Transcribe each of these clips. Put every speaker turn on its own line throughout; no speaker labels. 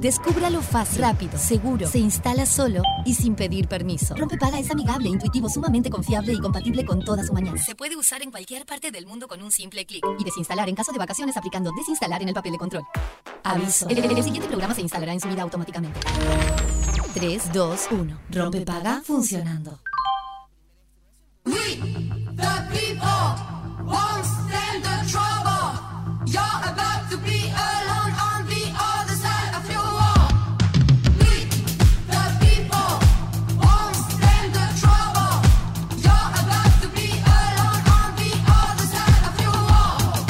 Descúbralo fácil, rápido, seguro. Se instala solo y sin pedir permiso. Rompepaga es amigable, intuitivo, sumamente confiable y compatible con toda su mañana.
Se puede usar en cualquier parte del mundo con un simple clic.
Y desinstalar en caso de vacaciones aplicando desinstalar en el papel de control. Aviso. El, el- el siguiente programa se instalará en su vida automáticamente. 3, 2, 1. Rompepaga funcionando.
We, the people, won't stand the trouble. You're about to be alone on the other side of your wall. We, the people, won't stand the trouble. You're about to be alone on the other side of your wall.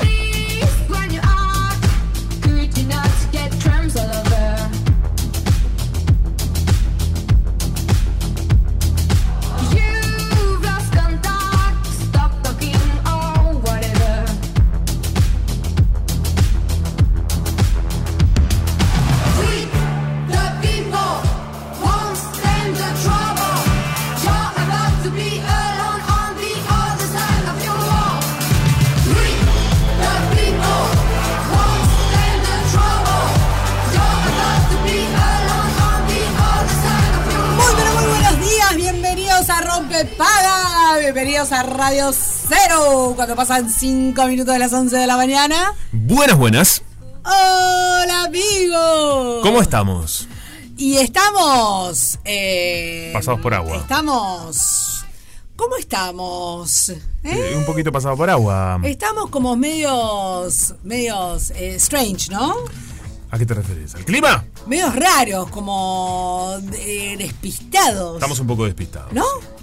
Please, when you are, could you not get crumbs all over? You've lost contact. Stop talking or whatever. We, the people, won't stand the trouble. You're about to be alone on the other side of your wall. We, the people, won't stand the trouble. You're about to be alone on the other side of your
Muy
wall.
pero muy buenos días, bienvenidos a Rompe Paga, bienvenidos a Radio Cero, cuando pasan 5 minutos de las 11 de la mañana.
Buenas, buenas.
Hola amigos.
¿Cómo estamos?
Y estamos... eh,
Pasados por agua.
Estamos... ¿Cómo estamos? ¿Eh?
Eh, un poquito pasado por agua.
Estamos como medios... medios eh, strange, ¿no?
¿A qué te refieres? ¿Al clima?
Medios raros, como eh, despistados.
Estamos un poco despistados.
¿No?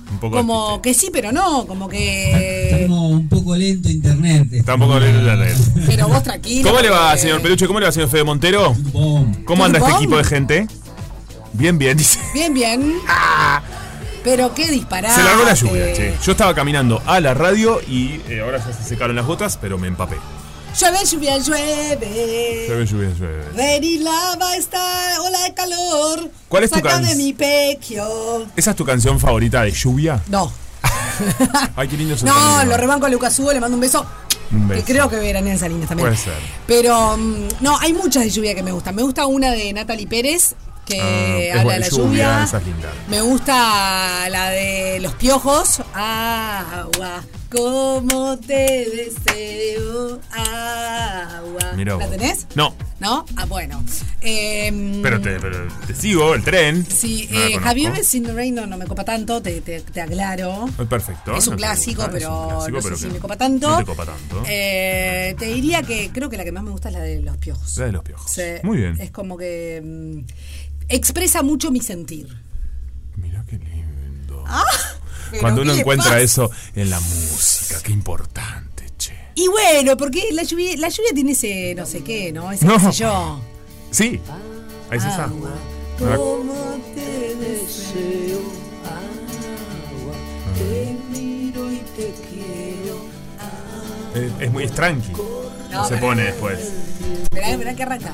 Un poco
como
despistados.
que sí, pero no, como
Está
que...
como un poco lento internet.
Está un poco lento internet.
Pero vos tranquilo.
¿Cómo le va,
porque-
señor Peluche? ¿Cómo le va, señor Fede Montero?
Bom.
¿Cómo anda este
Turbón.
equipo de gente? Bien, bien, dice.
Bien, bien. Pero qué disparate.
Ah. Se largó la lluvia, che. Yo estaba caminando a la radio y eh, ahora ya se secaron las gotas, pero me empapé.
Llueve, lluvia, llueve.
Llueve, lluvia, llueve.
Ven y lava esta ola de calor.
¿Cuál es tu
Saca
canción?
de mi pecho.
¿Esa es tu canción favorita de lluvia?
No.
Ay, qué lindo es el
Ah. No,
tema.
lo rebanco a Lucas Hugo, le mando un beso.
Un
Que
beso.
creo que ve Daniel Salinas también.
Puede ser.
Pero mm, no, hay muchas de lluvia que me gustan. Me gusta una de Natalie Pérez, que
Ah, es
Eh, habla
buena,
de la
lluvia,
lluvia.
esa es linda.
Me gusta la de los piojos. Agua, cómo te deseo. Agua.
Mirá
¿La
vos.
tenés?
No.
¿No? Ah, bueno. Em,
Pero te, pero te sigo, el tren.
Sí,
No la
eh,
conozco.
Javier es in the Rain no, no me copa tanto, te, te- te aclaro.
Ay, Oh, Perfecto.
Es un
no te
clásico,
gusta, es
pero
un clásico,
no sé
pero
si
que
me copa tanto.
No te copa tanto.
Eh, te diría que creo que la que más me gusta es la de los piojos.
La de los piojos.
Sí.
Muy bien.
Es como que mm, expresa mucho mi sentir. Ah,
Mirá qué lindo.
Pero
Cuando uno
¿qué le
encuentra
pasa?
eso en la música, qué importante, che.
Y bueno, porque la lluvia, la lluvia tiene ese no sé Pues, qué, ¿no? Ese ah,
No.
qué sé yo.
Sí. Ahí se está. No
¿Cómo te deseo agua? Te miro y te quiero.
la- Es, eh, es muy strange.
No,
se
pero-
pone después.
Esperá, esperá que arranca.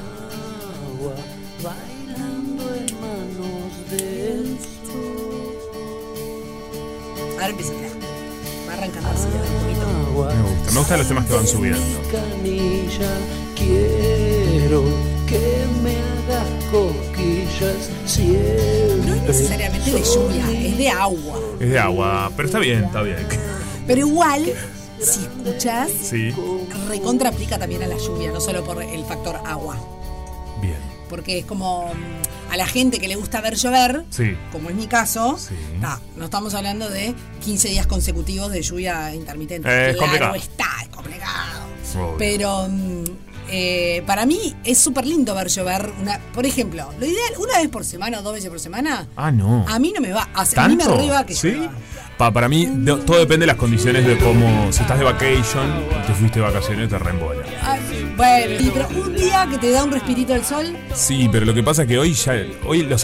Ahora empieza a Va arrancando así, de a poquito.
Me gusta. Me gustan los temas que van subiendo.
canilla, quiero que me hagas coquillas siempre.
No es necesariamente de lluvia, es de agua.
Es de agua, pero está bien, está bien.
Pero igual, si escuchas,
Sí.
recontra aplica también a la lluvia, no solo por el factor agua.
Bien.
Porque es como mm, a la gente que le gusta ver llover,
Sí.
como es mi caso,
Sí.
ta, no estamos hablando de 15 días consecutivos de lluvia intermitente.
Eh, es
Claro
complicado.
está, es complicado.
Obvio.
Pero mm, eh, para mí es súper lindo ver llover. Una, por ejemplo, lo ideal, una vez por semana o dos veces por semana,
Ah, no.
a mí no me va. A, a mí me
¿Tanto?
arriba que
¿Sí?
llueva.
Pa- para mí, de- todo depende de las condiciones de cómo. Si estás de vacation y te fuiste de vacaciones, te reembola.
Ay, bueno, y pero un día que te da un respirito el sol,
Sí, pero lo que pasa es que hoy ya. Hoy los,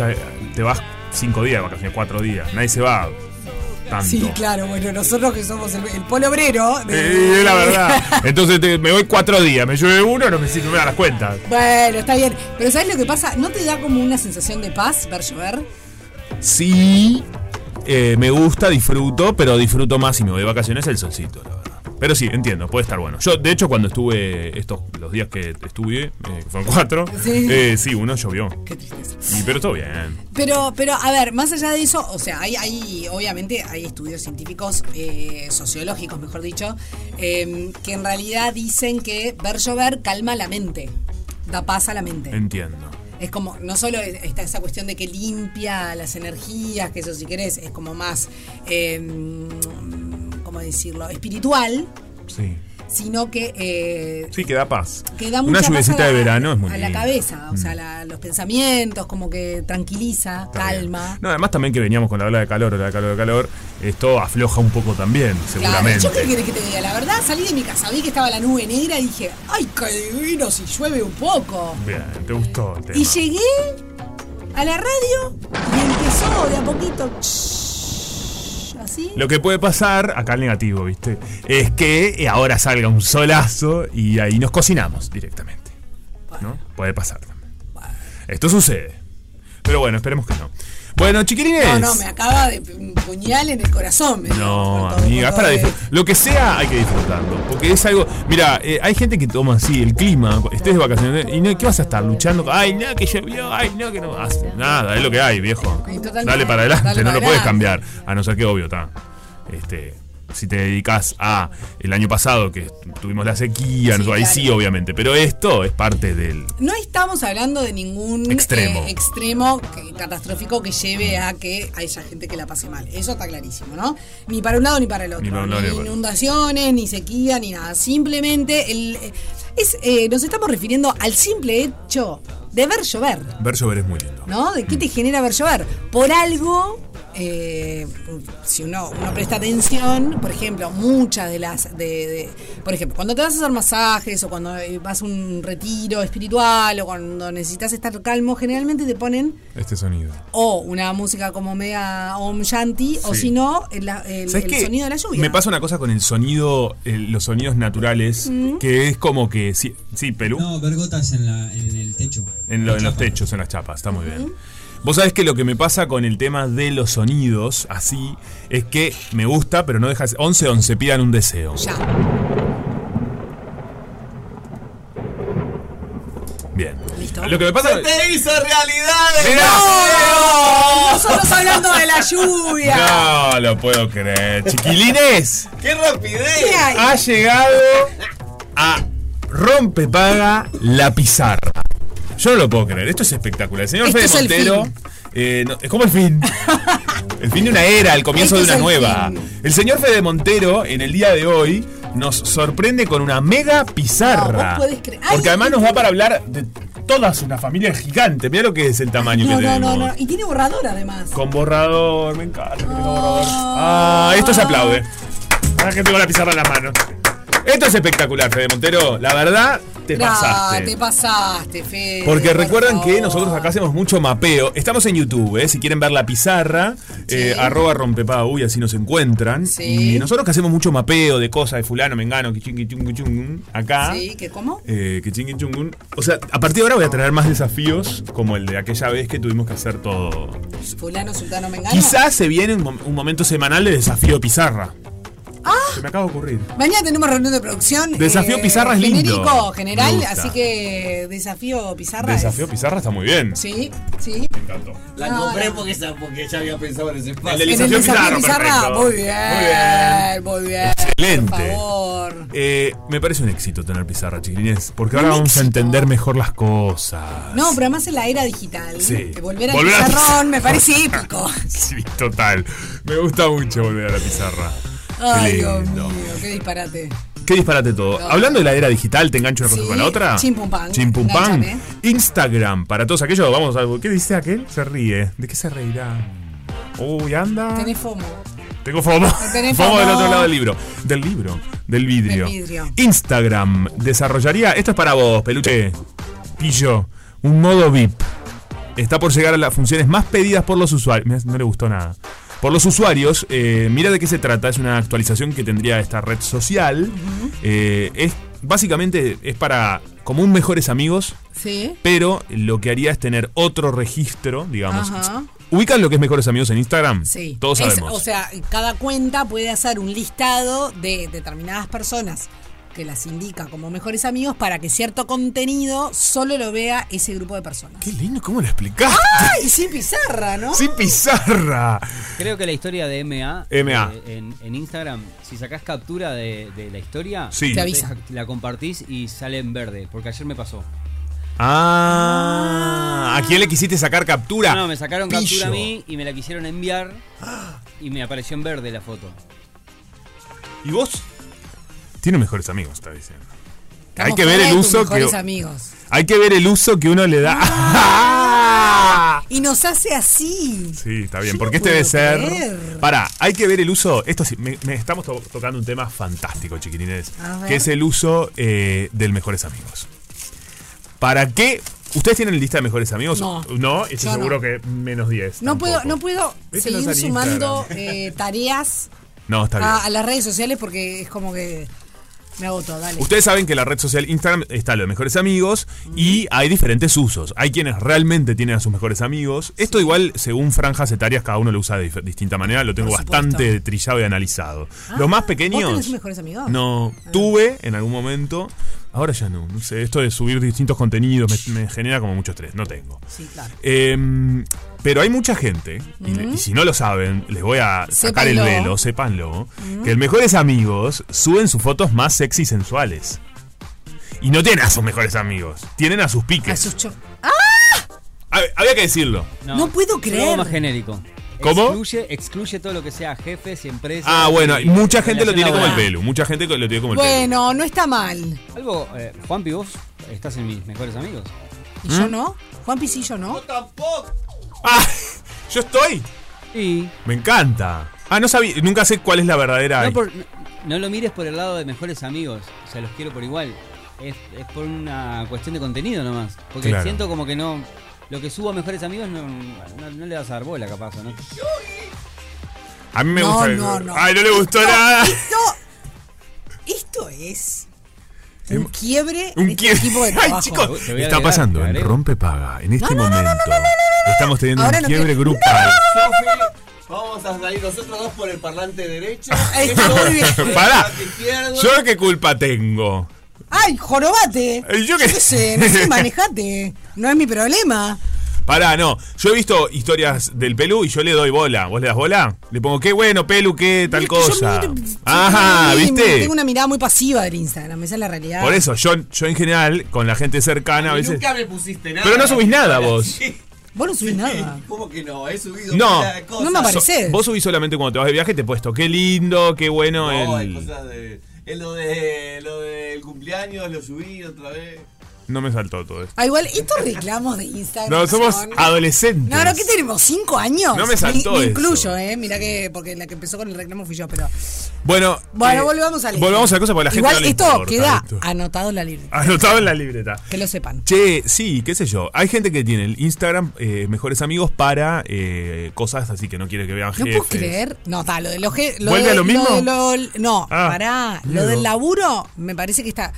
te vas cinco días de vacaciones, cuatro días. Nadie se va tanto.
sí, claro, bueno, nosotros que somos el, el polo obrero.
Eh, es la verdad. Entonces te- me voy cuatro días, me llueve uno, no me, no me das las cuentas.
Bueno, está bien. Pero ¿sabes lo que pasa? ¿No te da como una sensación de paz ver llover?
Sí, eh, me gusta, disfruto, pero disfruto más si me voy de vacaciones el solcito, la verdad. Pero sí, entiendo, puede estar bueno. Yo, de hecho, cuando estuve estos los días que estuve, eh, que fueron cuatro,
Sí.
eh, sí, uno llovió.
Qué tristeza.
Y, pero todo bien.
Pero, pero, a ver, más allá de eso, o sea, hay, hay obviamente, hay estudios científicos, eh, sociológicos, mejor dicho, eh, que en realidad dicen que ver llover calma la mente, da paz a la mente.
Entiendo.
Es como, no solo es- está esa cuestión de que limpia las energías, que eso si querés, es como más, eh, ¿cómo decirlo?, espiritual,
Sí.
sino que... eh,
Sí, que da paz.
que da
Una
mucha paz
lluvecita
a la-
de verano es muy
A la
linda.
cabeza, o sea, la- los pensamientos, como que tranquiliza,
Está bien.
calma.
No, además también que veníamos con la ola de calor, ola de calor, de calor, esto afloja un poco también, seguramente.
Claro, yo qué querés que te diga, la verdad salí de mi casa, vi que estaba la nube negra y dije, ay, qué divino si llueve un poco.
Bien, te gustó el tema.
Y llegué a la radio y empezó de a poquito. shhh, Así.
Lo que puede pasar, acá el negativo, ¿viste? Es que eh, ahora salga un solazo y ahí nos cocinamos directamente. ¿No? Puede pasar también. Esto sucede. Pero bueno, esperemos que no. Bueno, chiquirines.
No, no, me acaba de un puñal en el corazón. me dio,
No,
con todo-
amiga, es
con
para
todo
disfrutar. Lo que sea hay que disfrutarlo. Porque es algo. Mira, eh, hay gente que toma así el clima, estés de vacaciones. ¿Y no, qué vas a estar luchando? con, Ay, no, que llovió, ay, no, que no. Ah, Nada, es lo que hay, viejo.
Y totalmente,
Dale para adelante,
dale
no
para
lo puedes
adelante.
cambiar. A no ser que obvio, está. Este. Si te dedicas a el año pasado que tuvimos la sequía,
Sí,
no sé, ahí
claro.
sí, obviamente. Pero esto es parte del.
No estamos hablando de ningún
Extremo.
eh, extremo que- catastrófico que lleve a que haya gente que la pase mal. Eso está clarísimo, ¿no? Ni para un lado ni para el otro.
Ni para un lado, ni para el otro.
inundaciones, ni sequía, ni nada. Simplemente el, eh, es, eh, nos estamos refiriendo al simple hecho de ver llover,
Ver llover es muy lindo.
¿no? De qué
Mm.
te genera ver llover. Por algo. eh, si uno, uno presta atención, por ejemplo, muchas de las. De, de- por ejemplo, cuando te vas a hacer masajes o cuando eh, vas a un retiro espiritual o cuando necesitas estar calmo, generalmente te ponen
Este sonido.
o una música como media Om Shanti o
Sí.
si no, el, la- el-
¿Sabes
el
qué?
sonido de la lluvia.
Me pasa una cosa con el sonido, el- los sonidos naturales,
Mm.
que es como que. Sí, sí Perú,
No, vergotas en, la, en el techo.
en, lo- en los
Chapa.
techos, en las chapas, está muy bien. Vos sabés que lo que me pasa con el tema de los sonidos, así, es que me gusta, pero no deja. 11-11, pidan un deseo.
Ya,
Bien.
Listo.
Lo que me pasa.
¡Te hizo realidad!
¡Mirá!
nosotros hablando de la lluvia.
No lo puedo creer. Chiquilines,
¡Qué
¿Qué
rapidez!
hay?
ha llegado a Rompe Paga la Pizarra. Yo no lo puedo creer, esto es espectacular. El señor
Esto
Fede
Este es el
Montero.
fin.
eh, no, es como el fin. El fin de una era, el comienzo
Esto Este
de
es
una
el
nueva.
fin.
El señor Fede Montero, en el día de hoy, nos sorprende con una mega pizarra.
No, vos podés creer. Ay,
Porque además
qué
nos va para hablar de todas una familia gigante. Mira lo que es el tamaño
No,
que
no,
tenemos.
no, no. Y tiene borrador además.
Con borrador, me encanta que tenga borrador.
Ah.
Ah, esto se aplaude. Ahora que tengo la pizarra en las manos. Esto es espectacular, Fede Montero. La verdad, te
Nah,
pasaste.
te pasaste, Fede.
porque
por
recuerdan que
favor.
nosotros acá hacemos mucho mapeo. Estamos en YouTube, ¿eh? si quieren ver la pizarra, eh, arroba rompepau y así nos encuentran.
Sí.
Y nosotros que hacemos mucho mapeo de cosas de fulano, mengano, que chungun, acá.
Sí, que cómo?
Eh, que chinguen chungun. O sea, a partir de ahora voy a traer más desafíos como el de aquella vez que tuvimos que hacer todo
Fulano, sultano, mengano.
Quizás se viene un, mom- un momento semanal de desafío pizarra.
Ah.
Se me acaba de ocurrir.
Mañana tenemos reunión de producción. eh,
Desafío Pizarra es lindo.
Genérico, general,
Me gusta.
así que desafío pizarra.
Desafío
es-
pizarra está muy bien.
Sí, sí.
Me encantó.
La
No,
compré
no.
porque, esa- porque ya había pensado en ese
El
espacio.
del
En el
Desafío
desafío
Pizarra,
pizarra,
perfecto.
muy bien, muy bien. Por
Excelente.
favor.
Eh, me parece un éxito tener pizarra, chiquilines, porque ahora vamos a entender mejor las cosas.
No, pero además en la era digital.
Sí.
que Volver al
Volver al
pizarrón me parece épico.
Sí, total. Me gusta mucho volver a la pizarra.
Ay,
Qué
Dios
lindo.
mío, qué disparate.
Qué disparate todo. Hablando de la era digital, ¿te engancho una cosa
Sí,
con la otra?
chim pum pam.
Chim pum pam.
Enganchame.
Instagram, para todos aquellos, vamos a... ¿Qué dice aquel? Se ríe. ¿De qué se reirá? Uy, anda.
Tenés FOMO.
Tengo FOMO.
Tenés
FOMO del
FOMO.
otro lado del libro. Del libro. Del vidrio.
Del vidrio.
Instagram desarrollaría. Esto es para vos, peluche. Pillo. Un modo VIP. Está por llegar a las funciones más pedidas por los usuarios. Mirá, No le gustó nada. Por los usuarios, eh, mira de qué se trata. Es una actualización que tendría esta red social. Eh, es básicamente es para como un mejores amigos,
Sí.
pero lo que haría es tener otro registro, digamos.
Ajá.
¿Ubican lo que es Mejores Amigos en Instagram?
Sí.
Todos
Es-
sabemos.
o sea, cada cuenta puede hacer un listado de determinadas personas que las indica como mejores amigos para que cierto contenido solo lo vea ese grupo de personas.
Qué lindo, ¿cómo lo explicaste?
¡Ay! Sin pizarra, ¿no?
¡Sin pizarra!
Creo que la historia de MA,
MA.
eh, en, en Instagram, si sacás captura de, de la historia,
Sí.
Te
te
avisa.
deja- la compartís y sale en verde, porque ayer me pasó.
Ah, ¿a quién le quisiste sacar captura?
No, me sacaron
Pillo.
captura a mí y me la quisieron enviar y me apareció en verde la foto.
¿Y vos? Tiene mejores amigos, está diciendo.
Estamos
hay que ver
fuera
el
de tus
uso que
mejores amigos.
hay que ver el uso que uno le da. Ah.
Y nos hace así.
Sí, está bien,
Yo
porque
no
este debe
puedo
ser.
creer.
Pará, hay que ver el uso. Esto sí, me, me estamos to- tocando un tema fantástico, chiquitines.
A ver.
Que es el uso eh, del mejores amigos. ¿Para qué? ¿Ustedes tienen lista de mejores amigos?
No.
estoy
Yo
seguro
no.
que menos 10.
No puedo,
tampoco.
no puedo
Viste, no
seguir
salí
sumando
Instagram.
eh, tareas
No, está bien.
a, a las redes sociales porque es como que me agoto, dale.
Ustedes saben que la red social Instagram está lo de mejores amigos y hay diferentes usos. Hay quienes realmente tienen a sus mejores amigos. Esto igual, según franjas etarias, cada uno lo usa de dif- distinta manera. Lo tengo
Por supuesto. Ah,
bastante trillado y analizado. Los más pequeños...
¿vos tenés mejores amigos?
No,
Ah.
tuve en algún momento... Ahora ya no. No sé, esto de subir distintos contenidos me, me genera como mucho estrés. No tengo.
Sí, claro.
Em, pero hay mucha gente,
¿Mm?
Eh, y, le- y si no lo saben, les voy a sacar el
Sépanlo.
velo, sépanlo, que el mejores amigos suben sus fotos más sexy y sensuales. Y no tienen a sus mejores amigos, tienen a sus
A
piques.
sus cho-
¡Ah!
Hab- Había que decirlo.
No puedo
es
creer.
Algo más genérico.
¿Cómo?
Excluye, excluye todo lo que sea jefes y empresas.
Ah, bueno,
y-
mucha
y
gente lo
relación
tiene como el
laboral.
pelo, mucha gente lo tiene como el pelo.
Bueno, no está mal.
Algo, eh, Juanpi, vos estás en mis mejores amigos.
¿Y yo
¿Mm?
no? Juan Pisillo no.
tampoco.
Ah, yo estoy.
Y
Me encanta. Ah, no sabía, nunca sé cuál es la verdadera.
no, por- no- no lo mires por el lado de mejores amigos, o sea, los quiero por igual. Es, es por una cuestión de contenido nomás. Porque
Claro.
siento como que no. Lo que subo a mejores amigos no, no- no le vas a dar bola, capaz, ¿o ¿no?
A mí me
No,
gusta.
no, no.
Ay, no le gustó nada.
Esto, esto es un quiebre
Em, Un
de este
quiebre.
equipo de
Ay,
trabajo.
Te
chicos,
voy a ¿eh?
está
agregar,
pasando
te
en
agrego.
Rompe Paga. En este
no, no, no,
momento estamos teniendo
Ahora
un
no
quiebre
quiero-
grupal.
Sofi, vamos a salir nosotros dos por el parlante derecho.
Está muy bien.
por el
Pará.
parlante izquierdo.
Yo qué culpa tengo.
¡Ay, jorobate!
Eh, yo qué-
sé, no sé, manejate. No es mi problema.
Pará, no. Yo he visto historias del Pelu y yo le doy bola. ¿Vos le das bola? Le pongo, qué bueno, Pelu, qué tal
Es que yo
cosa.
miro-
Ajá,
sí,
¿viste?
Tengo una mirada muy pasiva del Instagram, esa es la realidad.
Por eso, yo, yo en general, con la gente cercana a
Y
veces.
Nunca me pusiste nada.
Pero no subís nada, vos.
Sí.
Vos no subís nada.
¿Cómo que no? He subido
No.
muchas cosas.
No me aparece.
So- vos subís solamente cuando te vas de viaje, te he puesto, qué lindo, qué bueno
No, hay
el.
cosas de. Es lo de. Lo del cumpleaños, lo subí otra vez.
No me saltó todo esto.
Ah, igual, estos reclamos de Instagram.
No, somos
son-
adolescentes.
No, no, ¿qué tenemos? ¿Cinco años?
No me saltó
Me, me
eso.
incluyo, ¿eh? Mira que. Porque la que empezó con el reclamo fui yo, pero.
Bueno,
Bueno,
eh,
volvamos al
Volvamos a la cosa porque a la gente
Igual
no le
esto
importa
queda
esto.
anotado en la libreta.
Anotado en la libreta.
Que lo sepan.
Che, sí, qué sé yo. Hay gente que tiene el Instagram eh, mejores amigos para eh, cosas así que no quiere que vean
No
jefes.
puedo creer. No, está, lo de los je-
¿Vuelve
de-
a lo mismo?
de lo- no,
Ah,
pará.
miedo.
Lo del laburo me parece que está.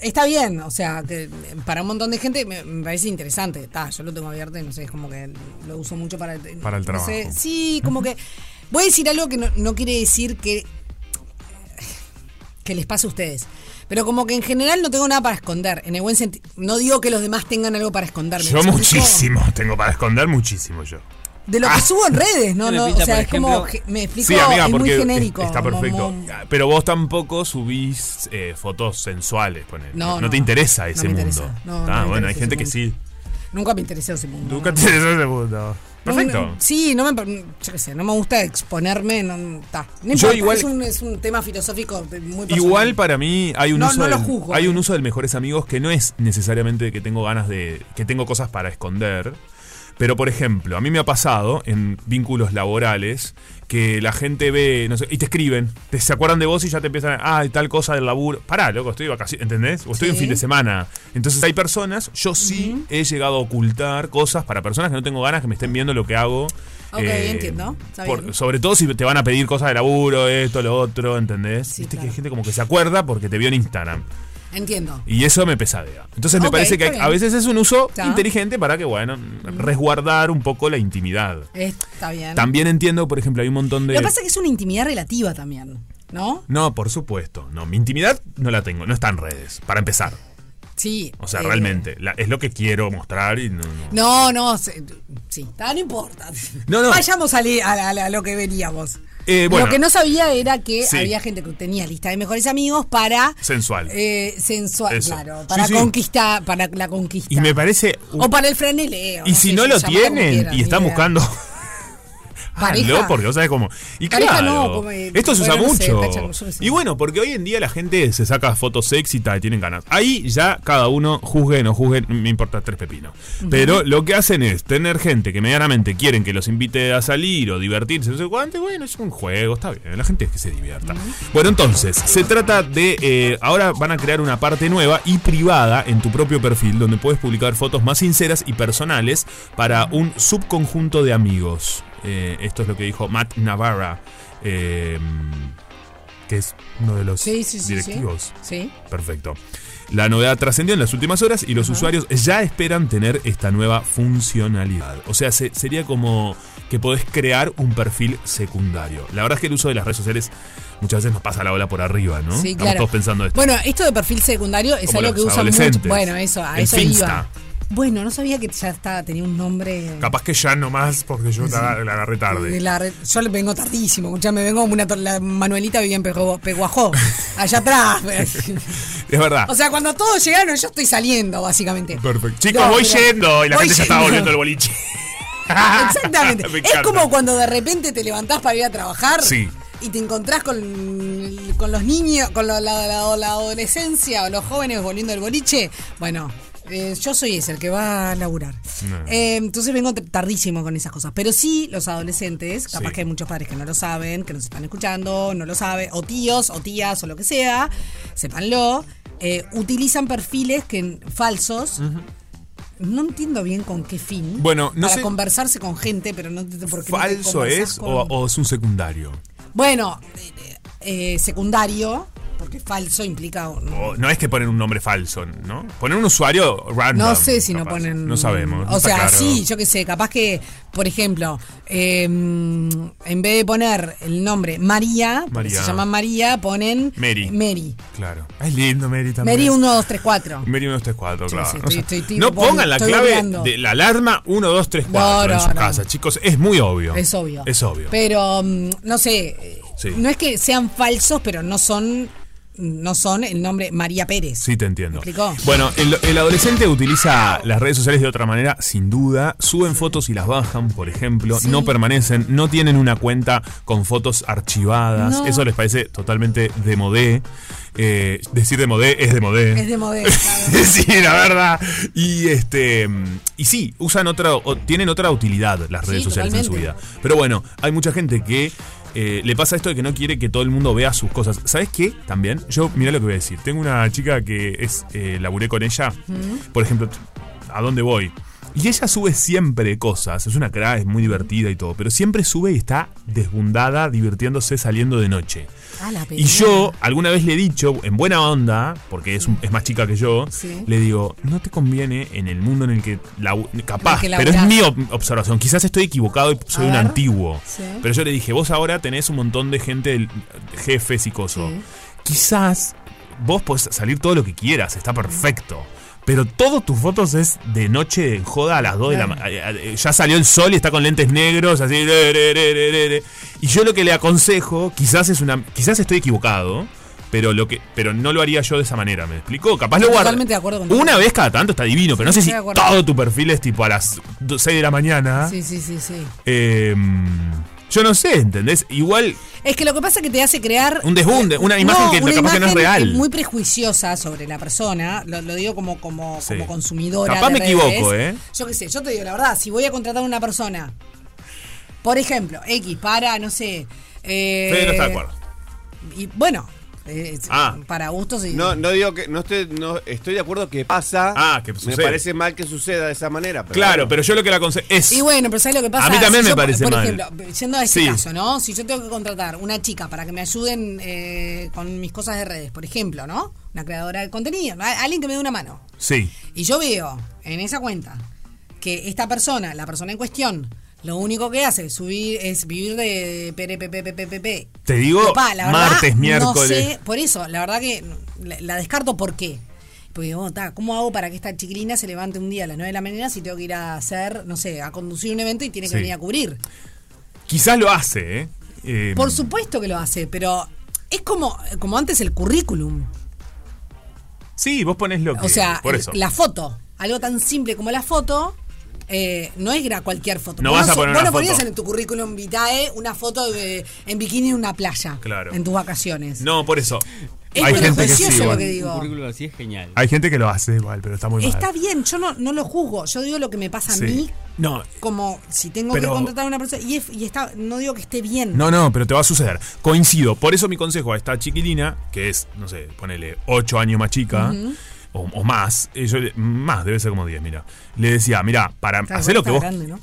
Está bien, o sea, que para un montón de gente me, me parece interesante. Está, yo lo tengo abierto y no sé, es como que lo uso mucho para el,
Para el
no
trabajo.
sé, sí, como que. Voy a decir algo que no, no quiere decir que. que les pase a ustedes. Pero como que en general no tengo nada para esconder. En el buen sentido. No digo que los demás tengan algo para esconder. ¿me
Yo
explico?
muchísimo, tengo para esconder muchísimo yo.
De lo que subo en redes, ¿no?
Yo le
no o
pinta,
sea,
por
es como.
ejemplo-
ge- Me explico,
Ah. Sí, amiga,
es muy
porque
genérico.
está
como
perfecto.
muy-
Pero vos tampoco subís eh, fotos sensuales, ponele.
No, no.
te interesa
No
ese
me
mundo.
interesa. No, no
ah,
me
bueno, hay
interesa
gente que
ese
sí.
Nunca me interesó ese mundo.
Nunca
no.
te interesa ese mundo.
No,
Perfecto.
no, sí, no me. Yo qué sé, no me gusta exponerme. No, no, ta. No
Yo
importa,
igual-
Es un, es un tema filosófico de- muy personal.
Igual para mí hay un
No,
uso
no lo
del,
juzgo,
hay
eh.
un uso del mejores amigos que no es necesariamente que tengo ganas de que tengo cosas para esconder, Pero, por ejemplo, a mí me ha pasado en vínculos laborales que la gente ve, no sé, y te escriben, te, se acuerdan de vos y ya te empiezan a, ah, tal cosa del laburo. Pará, loco, estoy de vacaciones, ¿entendés? O estoy en
Sí.
fin de semana. Entonces hay personas, yo sí he llegado a ocultar cosas para personas que no tengo ganas que me estén viendo lo que hago. eh,
Ok, entiendo. Está
por-
bien.
sobre todo si te van a pedir cosas de laburo, esto, lo otro, ¿entendés?
Sí,
Viste que
claro.
hay gente como que se acuerda porque te vio en Instagram.
Entiendo.
Y eso me pesadea. Entonces me
Ok,
parece que
está
hay-
bien.
a veces es un uso
Ya.
inteligente para que, bueno, resguardar un poco la intimidad.
Está bien.
También entiendo, por ejemplo, hay un montón de...
Lo que pasa es que es una intimidad relativa también, ¿no?
No, por supuesto. No, mi intimidad no la tengo. No está en redes, para empezar.
Sí.
O sea,
eh,
realmente. la- es lo que quiero mostrar y no... no.
No, no, se- sí, ta, no importa.
No, no.
Vayamos a, li- a la- a la- a lo que veníamos.
Eh, bueno.
Lo que no sabía era que
Sí.
había gente que tenía lista de mejores amigos para...
Sensual.
Eh, sensual,
Eso.
claro.
Sí,
Para
sí.
conquistar, para la conquista.
Y me parece...
o para el franeleo.
y si
sé,
no
se
lo
llama como
tienen
quieran,
y están
ni idea.
buscando...
Pareja.
Háganlo, Ah, porque vos sabés cómo. Y
Pareja
claro,
no, como, eh,
esto se usa
bueno, no sé,
mucho.
tacha, yo no sé.
Y bueno, porque hoy en día la gente se saca fotos éxita y tienen ganas. Ahí ya cada uno juzgue no juzgue, me importa tres pepinos. Pero lo que hacen es tener gente que medianamente quieren que los invite a salir o divertirse, no sé cuánto, y bueno, es un juego, está bien, la gente es que se divierta. Bueno, entonces, se trata de, eh, ahora van a crear una parte nueva y privada en tu propio perfil, donde puedes publicar fotos más sinceras y personales para un subconjunto de amigos. Eh, esto es lo que dijo Matt Navarra, eh, que es uno de los
Sí, sí, sí, sí.
directivos.
Sí.
Perfecto. La novedad trascendió en las últimas horas y los usuarios ya esperan tener esta nueva funcionalidad. O sea, se- sería como que podés crear un perfil secundario. La verdad es que el uso de las redes sociales muchas veces nos pasa la ola por arriba, ¿no?
Sí,
Estamos
claro.
todos pensando esto.
Bueno, esto de perfil secundario es
Como
algo
los
que usan mucho.
adolescentes.
Bueno, eso, a
El
eso
Finsta.
iba. Bueno, no sabía que ya estaba, tenía un nombre.
Capaz que ya nomás porque yo la, la agarré
de
tarde.
la red. yo le vengo tardísimo, escuchame, vengo como una. to- La Manuelita vivía en Pejo- Peguajó, allá atrás. pues.
Es verdad.
o sea, cuando todos llegaron, yo estoy saliendo, básicamente.
Ah. Perfecto. Chicos,
No,
voy
pero-
yendo. Y la
voy
gente ya estaba
yendo.
volviendo al boliche.
Exactamente.
Me
es
encanta.
como cuando de repente te levantás para ir a trabajar
Sí.
y te encontrás con, con los niños, con la, la- la- la adolescencia o los jóvenes volviendo del boliche. Bueno, eh, yo soy ese, el que va a laburar.
No.
Eh, entonces vengo t- tardísimo con esas cosas. Pero sí, los adolescentes, capaz
Sí.
que hay muchos padres que no lo saben, que nos están escuchando, no lo saben, o tíos, o tías, o lo que sea, sépanlo. eh, utilizan perfiles que, falsos. No entiendo bien con qué fin.
Mm. Bueno, no
para
sé-
conversarse con gente, pero no entiendo por qué. no te
¿Falso
conversás
es
con-
o, o es un secundario?
Bueno, eh, eh, secundario, porque falso implica. un-
O- no es que ponen un nombre falso, ¿no? Ponen un usuario random.
No sé si no
capaz.
ponen.
No sabemos. no
O
está
sea,
claro.
sí, yo qué sé, capaz que, por ejemplo, eh, en vez de poner el nombre María, porque
María.
se llama María, ponen
Mary.
Mary.
Claro. Ah, Es lindo, Mary también.
Mary 1234.
Mary 1234,
Sí,
claro.
sí,
O
estoy-
sea,
estoy- estoy-
no pongan la
estoy
clave
googleando.
de la alarma 1234
No,
en
no,
su
no.
casa, chicos. Es muy obvio.
Es obvio.
Es obvio.
Pero, mm, no sé, eh,
Sí.
no es que sean falsos, pero no son, no son el nombre María Pérez.
Sí, te entiendo.
¿Me explicó?
Bueno, el, el adolescente utiliza las redes sociales de otra manera, sin duda. Suben fotos y las bajan, por ejemplo. No permanecen, no tienen una cuenta con fotos archivadas.
No.
Eso les parece totalmente demodé. Eh, decir demodé es demodé.
Es de modelo. claro.
sí, la verdad. Y este y sí, usan otra o tienen otra utilidad las
Sí,
redes sociales en su
totalmente.
vida. Pero bueno, hay mucha gente que eh, le pasa esto de que no quiere que todo el mundo vea sus cosas. ¿Sabes qué? También, yo mira lo que voy a decir. Tengo una chica que es eh, laburé con ella. Por ejemplo, ¿a dónde voy? Y ella sube siempre cosas, es una cra, es muy divertida y todo, pero siempre sube y está desbundada, divirtiéndose, saliendo de noche.
Ah, la
Y
pelea.
yo alguna vez le he dicho, en buena onda, porque es, un- es más chica que yo,
Sí.
le digo, no te conviene en el mundo en el que labu- capaz,
En el que
pero es
laburás.
mi ob- observación, quizás estoy equivocado y soy
A
un
ver.
antiguo,
Sí.
pero yo le dije, vos ahora tenés un montón de gente, del- jefes y cosas,
Sí.
quizás vos podés salir todo lo que quieras, está perfecto. Pero todas tus fotos es de noche en joda a las 2 de la mañana. Ya salió el sol y está con lentes negros, así. re, re, re, re, re, re. Y yo lo que le aconsejo, quizás es una. Quizás estoy equivocado, pero lo que. Pero no lo haría yo de esa manera, ¿me explico? Capaz lo guardo.
Totalmente de acuerdo contigo.
Una vez cada tanto está divino, pero no sé
estoy
si
de acuerdo.
todo tu perfil es tipo a las 6 de la mañana.
Sí, sí, sí, sí.
Eh, Yo no sé, ¿entendés? Igual
Es que lo que pasa es que te hace crear.
Un desbunde, una imagen que
una
capaz que no es
imagen
real.
Muy prejuiciosa sobre la persona, lo, lo digo como, como,
Sí.
como consumidora.
Capaz
de
me
redes.
equivoco, ¿eh?
Yo qué sé, yo te digo la verdad, si voy a contratar a una persona, por ejemplo, X, para, no sé. eh,
Fede no está de acuerdo.
Y bueno, eh,
Ah.
para gustos y.
No, no digo que. No estoy, no, estoy de acuerdo que pasa.
Ah, que
Me
sucede.
parece mal que suceda de esa manera. Pero
Claro,
bueno.
pero yo lo que la aconsejo es.
Y bueno, pero ¿sabes lo que pasa?
A mí también
Si
me
yo,
parece
Por
mal.
ejemplo, yendo a ese
Sí.
caso, ¿no? Si yo tengo que contratar una chica para que me ayuden eh, con mis cosas de redes, por ejemplo, ¿no? Una creadora de contenido, ¿no? alguien que me dé una mano.
Sí.
Y yo veo en esa cuenta que esta persona, la persona en cuestión, lo único que hace es subir, es vivir de pere, pe, pe, pe, pe, pe, pe.
Te digo,
Papá, la verdad,
martes, miércoles.
No sé, por eso, la verdad que la, la descarto por qué. Porque digo, ta, ¿cómo hago para que esta chiquilina se levante un día a las 9 de la mañana si tengo que ir a hacer, no sé, a conducir un evento y tiene que
Sí.
venir a cubrir?
Quizás lo hace, ¿eh? Eh,
Por supuesto que lo hace, pero es como, como antes el currículum.
Sí, vos ponés lo que.
O sea,
por
el-
eso.
la foto. Algo tan simple como la foto. eh, no es gra- cualquier foto.
No
Vos
vas a
so-
poner
vos
una
no ponías
foto.
en tu currículum vitae una foto de- en bikini en una playa.
Claro.
En tus vacaciones.
No, por eso.
Es
Hay
pero
gente que
precioso
sí,
lo
igual.
que
Un
digo.
currículum así es genial.
Hay gente que lo hace igual, pero está muy mal.
Está bien, yo no, no lo juzgo. Yo digo lo que me pasa a
Sí.
mí.
No.
Como si tengo
Pero-
que contratar a una persona. Y, es- y está, no digo que esté bien.
No, no, pero te va a suceder. Coincido. Por eso mi consejo a esta chiquilina, que es, no sé, ponele 8 años más
¿Mm?
chica. O, o más, eh, yo le- más, debe ser como 10, mira. Le decía, mira, para
Claro,
hacer lo que
está
vos
grande, ¿no?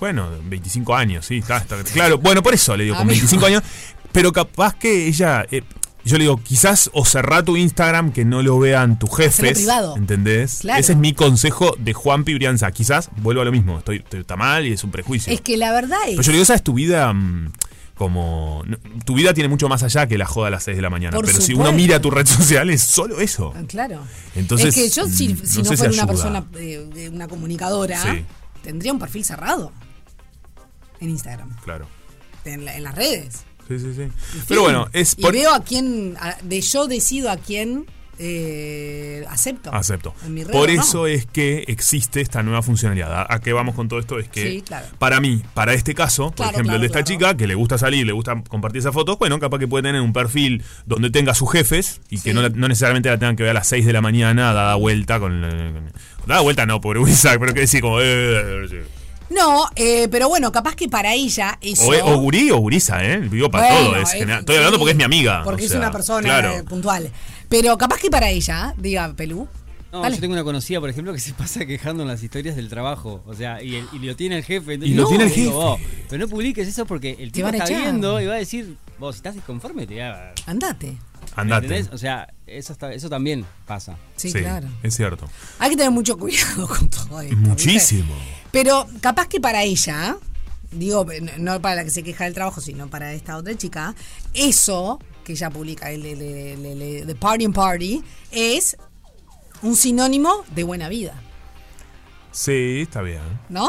Bueno, 25 años, sí, está, está- claro. Bueno, por eso le digo, con
Amigo.
25 años. Pero capaz que ella. eh, yo le digo, quizás o cerrá tu Instagram que no lo vean tus jefes.
privado.
¿Entendés?
Claro.
Ese es mi consejo de Juan Pibrianza. Quizás vuelvo a lo mismo. Estoy, estoy- está mal y es un prejuicio.
Es que la verdad es.
Pero yo le digo, esa es tu vida. mm, Como. no, tu vida tiene mucho más allá que la joda a las 6 de la mañana.
Por
pero si uno
supuesto.
mira tu red social, es solo eso.
Ah, Claro.
Entonces,
es que yo, si,
mm,
si
no
no,
sé si
fuera una
ayuda.
persona, eh, de una comunicadora,
Sí.
tendría un perfil cerrado en Instagram,
Claro.
en, la- en las redes.
Sí, sí, sí.
En fin.
Pero bueno, es por.
Y veo a quién. a- de yo decido a quién eh, acepto.
Acepto.
En mi red,
Por
¿o no?
eso es que existe esta nueva funcionalidad. ¿A- ¿A qué vamos con todo esto? Es que
Sí, claro.
para mí, para este caso, por
Claro,
ejemplo,
claro,
el de esta
claro.
chica que le gusta salir, le gusta compartir esas fotos, bueno, capaz que puede tener un perfil donde tenga sus jefes y que no, la- no necesariamente la tengan que ver a las 6 de la mañana dada vuelta con... la- con- dada vuelta no, por Isaac, pero que decir como... eh, sí.
No, eh, pero bueno, capaz que para ella eso.
o, o gurí o gurisa, ¿eh? Digo, para
Bueno,
todo. es
es-
general. Estoy hablando porque es mi amiga.
Porque
o
es
sea,
una persona
claro.
eh, puntual. Pero capaz que para ella, diga Pelú.
No,
dale.
yo tengo una conocida, por ejemplo, que se pasa quejando en las historias del trabajo. O sea, y, el- y lo tiene el jefe. entonces
Y lo
no,
tiene el
digo,
jefe.
vos, pero no publiques eso porque el tipo
van a
está
echar.
viendo y va a decir, vos, si estás disconforme, te va a...
Andate.
Andate.
¿entendés? O sea, eso, está- eso también pasa.
Sí, claro.
Es cierto.
Hay que tener mucho cuidado con todo esto. ¿viste?
Muchísimo.
Pero capaz que para ella, digo, eh, no- no para la que se queja del trabajo, sino para esta otra chica, eso que ella publica, el, el- el- el- el- The Party and Party, es un sinónimo de buena vida,
Sí, está bien.
¿no?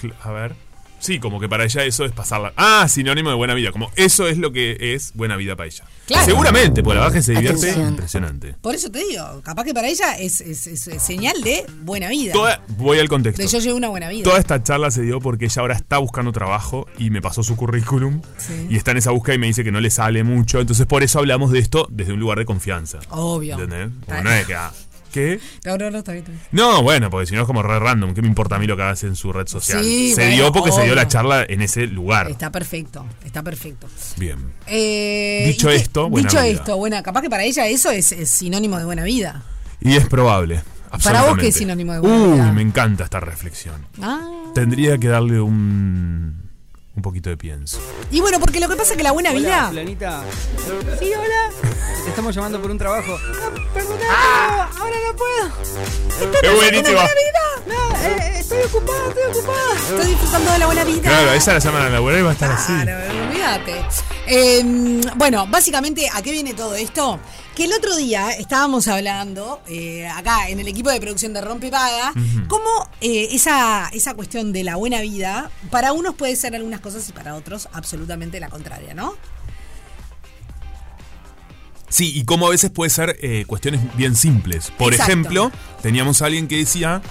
Cl- A ver. Sí, como que para ella eso es pasarla. Ah, sinónimo de buena vida. Como eso es lo que es buena vida para ella.
Claro.
Seguramente, porque la baja se divierte.
Atención.
Impresionante.
Por eso te digo, capaz que para ella es, es- es- es señal de buena vida.
Toda- voy al contexto.
de yo llevo una buena vida.
Toda esta charla se dio porque ella ahora está buscando trabajo y me pasó su currículum
Sí.
y está en esa búsqueda y me dice que no le sale mucho. Entonces por eso hablamos de esto desde un lugar de confianza.
Obvio.
¿Entendés?
Está-
Como no es que, ah, ¿Qué?
No, no, no, está bien, está bien.
No, bueno, porque si no es como re random. ¿Qué me importa a mí lo que hagas en su red social?
Sí,
se
bueno,
dio porque se dio
obvio.
la charla en ese lugar.
Está perfecto, está perfecto.
Bien.
Eh,
Dicho
¿y qué-
esto, buena
dicho
vida.
esto, bueno, capaz que para ella eso es, es sinónimo de buena vida.
Y es probable.
Para vos, ¿qué es
absolutamente.
sinónimo de
Uy,
buena vida?
me encanta esta reflexión.
Ah.
Tendría que darle un. un poquito de pienso.
Y bueno, porque lo que pasa es que la buena
Hola,
vida.
fulanita. Sí, hola. Te estamos llamando por un trabajo. Ah, perdóname, ah, ahora no puedo.
¡Es buenísima!
No, eh, estoy ocupada, estoy ocupada.
Estoy disfrutando de la buena vida.
Claro, esa la llaman a la laboral y va a estar así.
Claro, olvídate. Eh, bueno, básicamente, ¿a qué viene todo esto? Que el otro día estábamos hablando, eh, acá en el equipo de producción de Rompe y Paga, cómo eh, esa, esa cuestión de la buena vida, para unos puede ser algunas cosas y para otros absolutamente la contraria, ¿no?
Sí, y como a veces puede ser eh, cuestiones bien simples. Por
Exacto.
¿Mm?
ejemplo, teníamos a alguien que decía.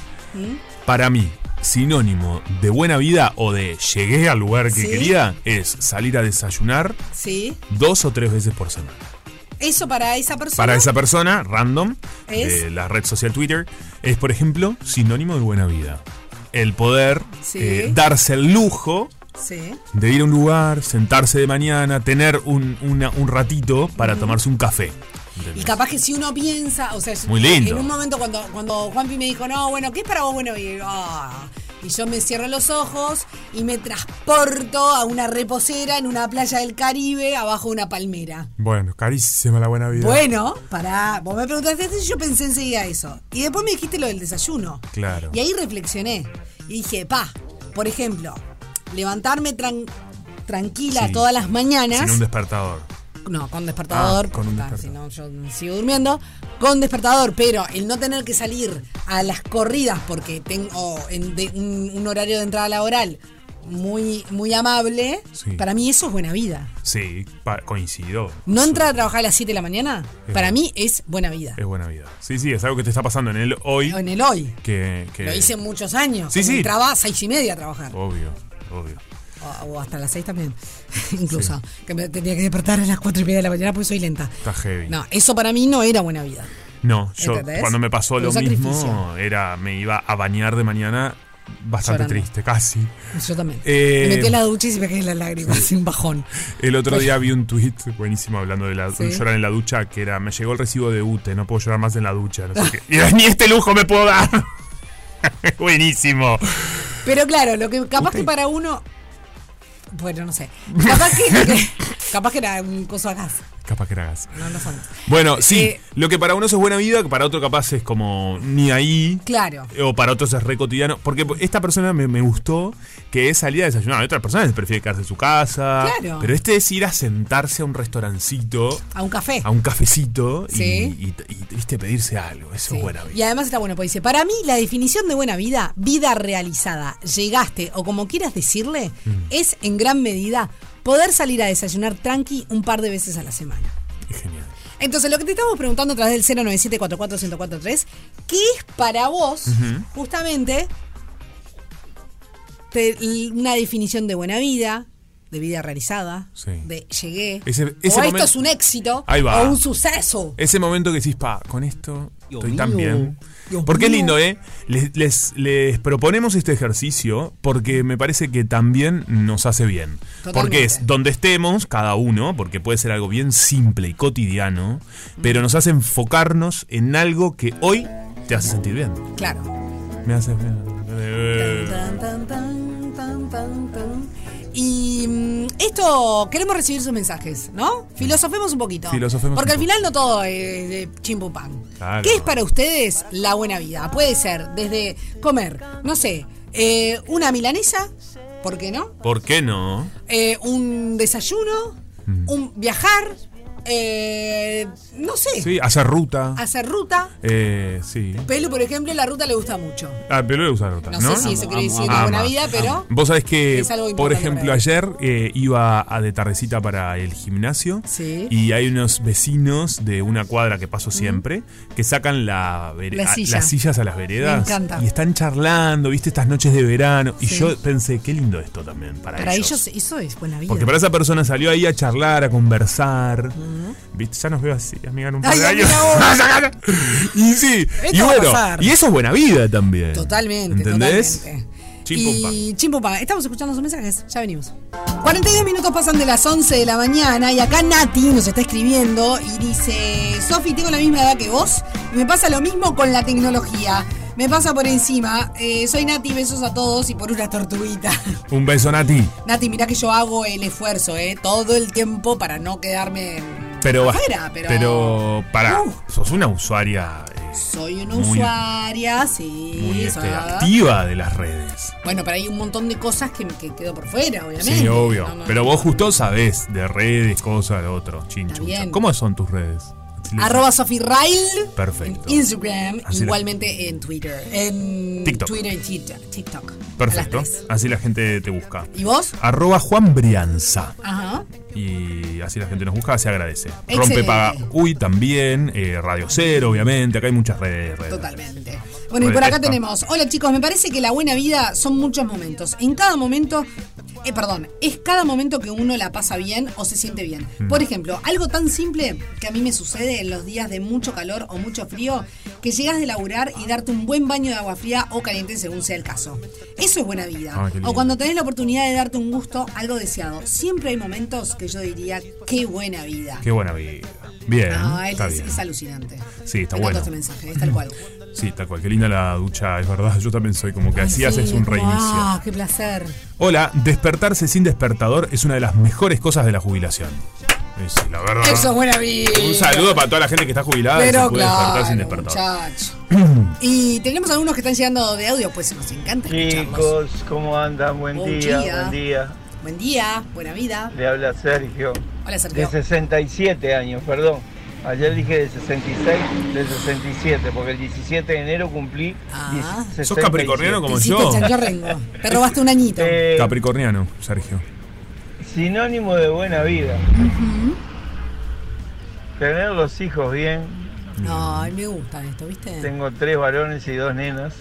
Para mí, sinónimo de buena vida o de llegué al lugar que
Sí.
quería es salir a desayunar
Sí.
dos o tres veces por semana.
Eso para esa persona.
Para esa persona, random,
Es-
de la red social Twitter, es, por ejemplo, sinónimo de buena vida. El poder
Sí.
eh, darse el lujo
Sí.
de ir a un lugar, sentarse de mañana, tener un, una- un ratito
Mm.
para tomarse un café.
Y
¿entendés?
capaz que si uno piensa, o sea,
Muy lindo.
en un momento cuando, cuando Juanpi me dijo, no, bueno, ¿qué es para vos bueno? Y, ah, y yo me cierro los ojos y me transporto a una reposera en una playa del Caribe abajo de una palmera.
Bueno, carísima la buena vida.
Bueno, para, vos me preguntaste eso y yo pensé enseguida eso. Y después me dijiste lo del desayuno.
Claro.
Y ahí reflexioné. Y dije, pa, por ejemplo, levantarme tran- tranquila
Sí.
todas las mañanas.
Sin un despertador.
No, con despertador.
Ah, con un
Ah,
despertador.
Si no, yo sigo durmiendo. Con despertador, pero el no tener que salir a las corridas porque tengo en de- un, un horario de entrada laboral muy, muy amable,
Sí.
para mí eso es buena vida.
Sí, pa- coincido.
No entrar a trabajar a las 7 de la mañana,
Es
para
bueno.
mí es buena vida.
Es buena vida. Sí, sí, es algo que te está pasando en el hoy.
En el hoy.
Que, que-
Lo hice muchos años.
Sí, sí.
Entraba a seis y media a trabajar.
Obvio, obvio.
O, o hasta las seis también. Incluso. Que me tenía que despertar a las cuatro y media de la mañana porque soy lenta.
Está heavy.
No, eso para mí no era buena vida.
No, yo
¿Entendés?
cuando me pasó
Un
lo mismo,
sacrificio.
era me iba a bañar de mañana bastante
Llorando.
triste, casi.
Yo también.
Eh,
me metí a la ducha y se me caen las lágrimas, sin bajón.
El otro día vi un tuit buenísimo hablando de la,
Sí.
llorar en la ducha, que era, me llegó el recibo de UTE, no puedo llorar más en la ducha.
Ah.
no sé qué. Y era, ni este lujo me puedo dar. buenísimo.
Pero claro, lo que capaz que para uno. Bueno, no sé. Capaz que. capaz que era un coso a gas.
Capaz que era gas.
No, no son.
Bueno, sí,
Eh,
lo que para unos es buena vida, que para otro capaz es como ni ahí.
Claro.
eh, O para otros es re cotidiano. Porque esta persona me, me gustó que es salir a desayunar. Hay otras personas que prefiere quedarse en su casa.
Claro.
Pero este es ir a sentarse a un restaurancito,
A un café.
a un cafecito y-
Sí.
y, y, viste, pedirse algo. Eso
Sí.
es buena vida.
Y además está bueno, porque dice, para mí la definición de buena vida, vida realizada, llegaste o como quieras decirle,
Mm.
es en gran medida poder salir a desayunar tranqui un par de veces a la semana.
Es genial.
Entonces, lo que te estamos preguntando a través del 097-44-1043, ¿qué es para vos, justamente, te- l- una definición de buena vida, de vida realizada,
Sí.
de llegué,
Ese-
o
ese
esto
momento-
es un éxito,
Ahí va.
o un suceso?
Ese momento que decís, pa, con esto
Dios
estoy tan
mío.
bien.
Dios mío.
porque es lindo, ¿eh? Les, les- les proponemos este ejercicio porque me parece que también nos hace bien. Porque es donde estemos, cada uno, porque puede ser algo bien simple y cotidiano, pero nos hace enfocarnos en algo que hoy te hace sentir bien.
Claro.
Me hace. Eh.
Tan, tan, tan, tan, tan, tan. Y mm, esto, queremos recibir sus mensajes, ¿no? Filosofemos un poquito.
Filosofemos
Porque
un
al
poco.
final no todo es de chimpupan.
Claro.
¿Qué es para ustedes la buena vida? Puede ser desde comer, no sé, eh, una milanesa, ¿por qué no?
¿Por qué no?
Eh, un desayuno,
Mm.
un viajar, eh, no sé,
Sí, ah. hacer ruta.
hacer ruta.
Eh, sí.
Pelu, por ejemplo, la ruta le gusta mucho.
Ah, pero le gusta la ruta.
No,
No,
sé si eso quiere
amo,
decir
amo,
la buena
amo,
vida, pero...
Vos sabés que,
Es algo importante
por
para
ejemplo,
él.
ayer eh, iba a de tardecita para el gimnasio
Sí.
y hay unos vecinos de una cuadra que paso siempre que sacan la vere-
La
a-
silla.
las sillas a las veredas
Me encanta.
y están charlando, viste, estas noches de verano. Y
Sí.
yo pensé, qué lindo esto también para,
Para ellos eso es buena vida.
Porque para esa persona salió ahí a charlar, a conversar. ¿Viste? Ya nos veo así, amiga, en un par
Ay,
de años.
amiga,
y sí,
Esto
y
va a
bueno,
pasar.
y eso es buena vida también.
Totalmente,
¿Entendés?
totalmente.
Chin, pum, pam.
Y chimpumpa, estamos escuchando sus mensajes, ya venimos. 42 minutos pasan de las 11 de la mañana y acá Nati nos está escribiendo y dice, Sofi, tengo la misma edad que vos y me pasa lo mismo con la tecnología. Me pasa por encima. Eh, soy Nati, besos a todos y por una tortuguita.
Un beso, Nati.
Nati, mirá que yo hago el esfuerzo, ¿eh? Todo el tiempo para no quedarme...
Pero,
Afuera, pero-
para,
Uh.
sos una usuaria eh,
Soy una
Muy-
usuaria, sí.
muy este,
soy-
activa de las redes.
Bueno, pero hay un montón de cosas que, que quedó por fuera, obviamente.
Sí, obvio.
No, no.
Pero vos justo sabés de redes, cosas, lo otro.
Está
Chinchucha.
bien.
¿Cómo son tus redes?
Arroba Sophie Rail.
Perfecto.
En Instagram,
Así la-
igualmente en Twitter. En
TikTok.
Twitter y TikTok. TikTok. A las
Perfecto.
tres.
Así la gente te busca.
¿Y vos?
Arroba Juan Brianza.
Ajá.
Y así la gente nos busca, se agradece.
Excelente.
Rompe Paga Uy también, eh, Radio Cero, obviamente. Acá hay muchas redes. redes.
Totalmente. Bueno, y
Bueno,
por acá
esta.
tenemos. Hola chicos, me parece que la buena vida son muchos momentos. En cada momento, eh, perdón, es cada momento que uno la pasa bien o se siente bien.
Mm.
Por ejemplo, algo tan simple que a mí me sucede en los días de mucho calor o mucho frío, que llegas de laburar y darte un buen baño de agua fría o caliente según sea el caso. Eso es buena vida.
Ah, qué lindo.
o cuando tenés la oportunidad de darte un gusto, algo deseado. Siempre hay momentos que yo diría, qué buena vida.
Qué buena vida. Bien.
Ah, es,
está bien.
es alucinante.
Sí, está
Me encantó
bueno.
este mensaje, es tal cual.
Sí, tal cual. Qué linda la ducha, es verdad. Yo también soy como que así haces un reinicio.
Ah, qué placer.
Hola, despertarse sin despertador es una de las mejores cosas de la jubilación. Eh, Sí, la verdad.
Eso es buena vida.
Un saludo para toda la gente que está jubilada y se
Pero
puede
claro,
despertar sin despertador.
muchacho. y tenemos algunos que están llegando de audio, pues nos encanta escucharlos.
Chicos, ¿cómo andan? Buen
Buen
día,
día.
buen día.
Buen día, buena vida.
Le habla Sergio.
Hola,
De
Sergio.
67 años, perdón. Ayer dije de 66, de 67, porque el 17 de enero cumplí.
Ah.
10,
¿Sos capricorniano
67.
como
Te hiciste
yo?
el Sergio Rengo. Te robaste un añito.
Eh,
Capricorniano, Sergio.
sinónimo de buena vida. Tener los hijos bien.
Ay, me gusta esto, ¿viste?
Tengo tres varones y dos nenas.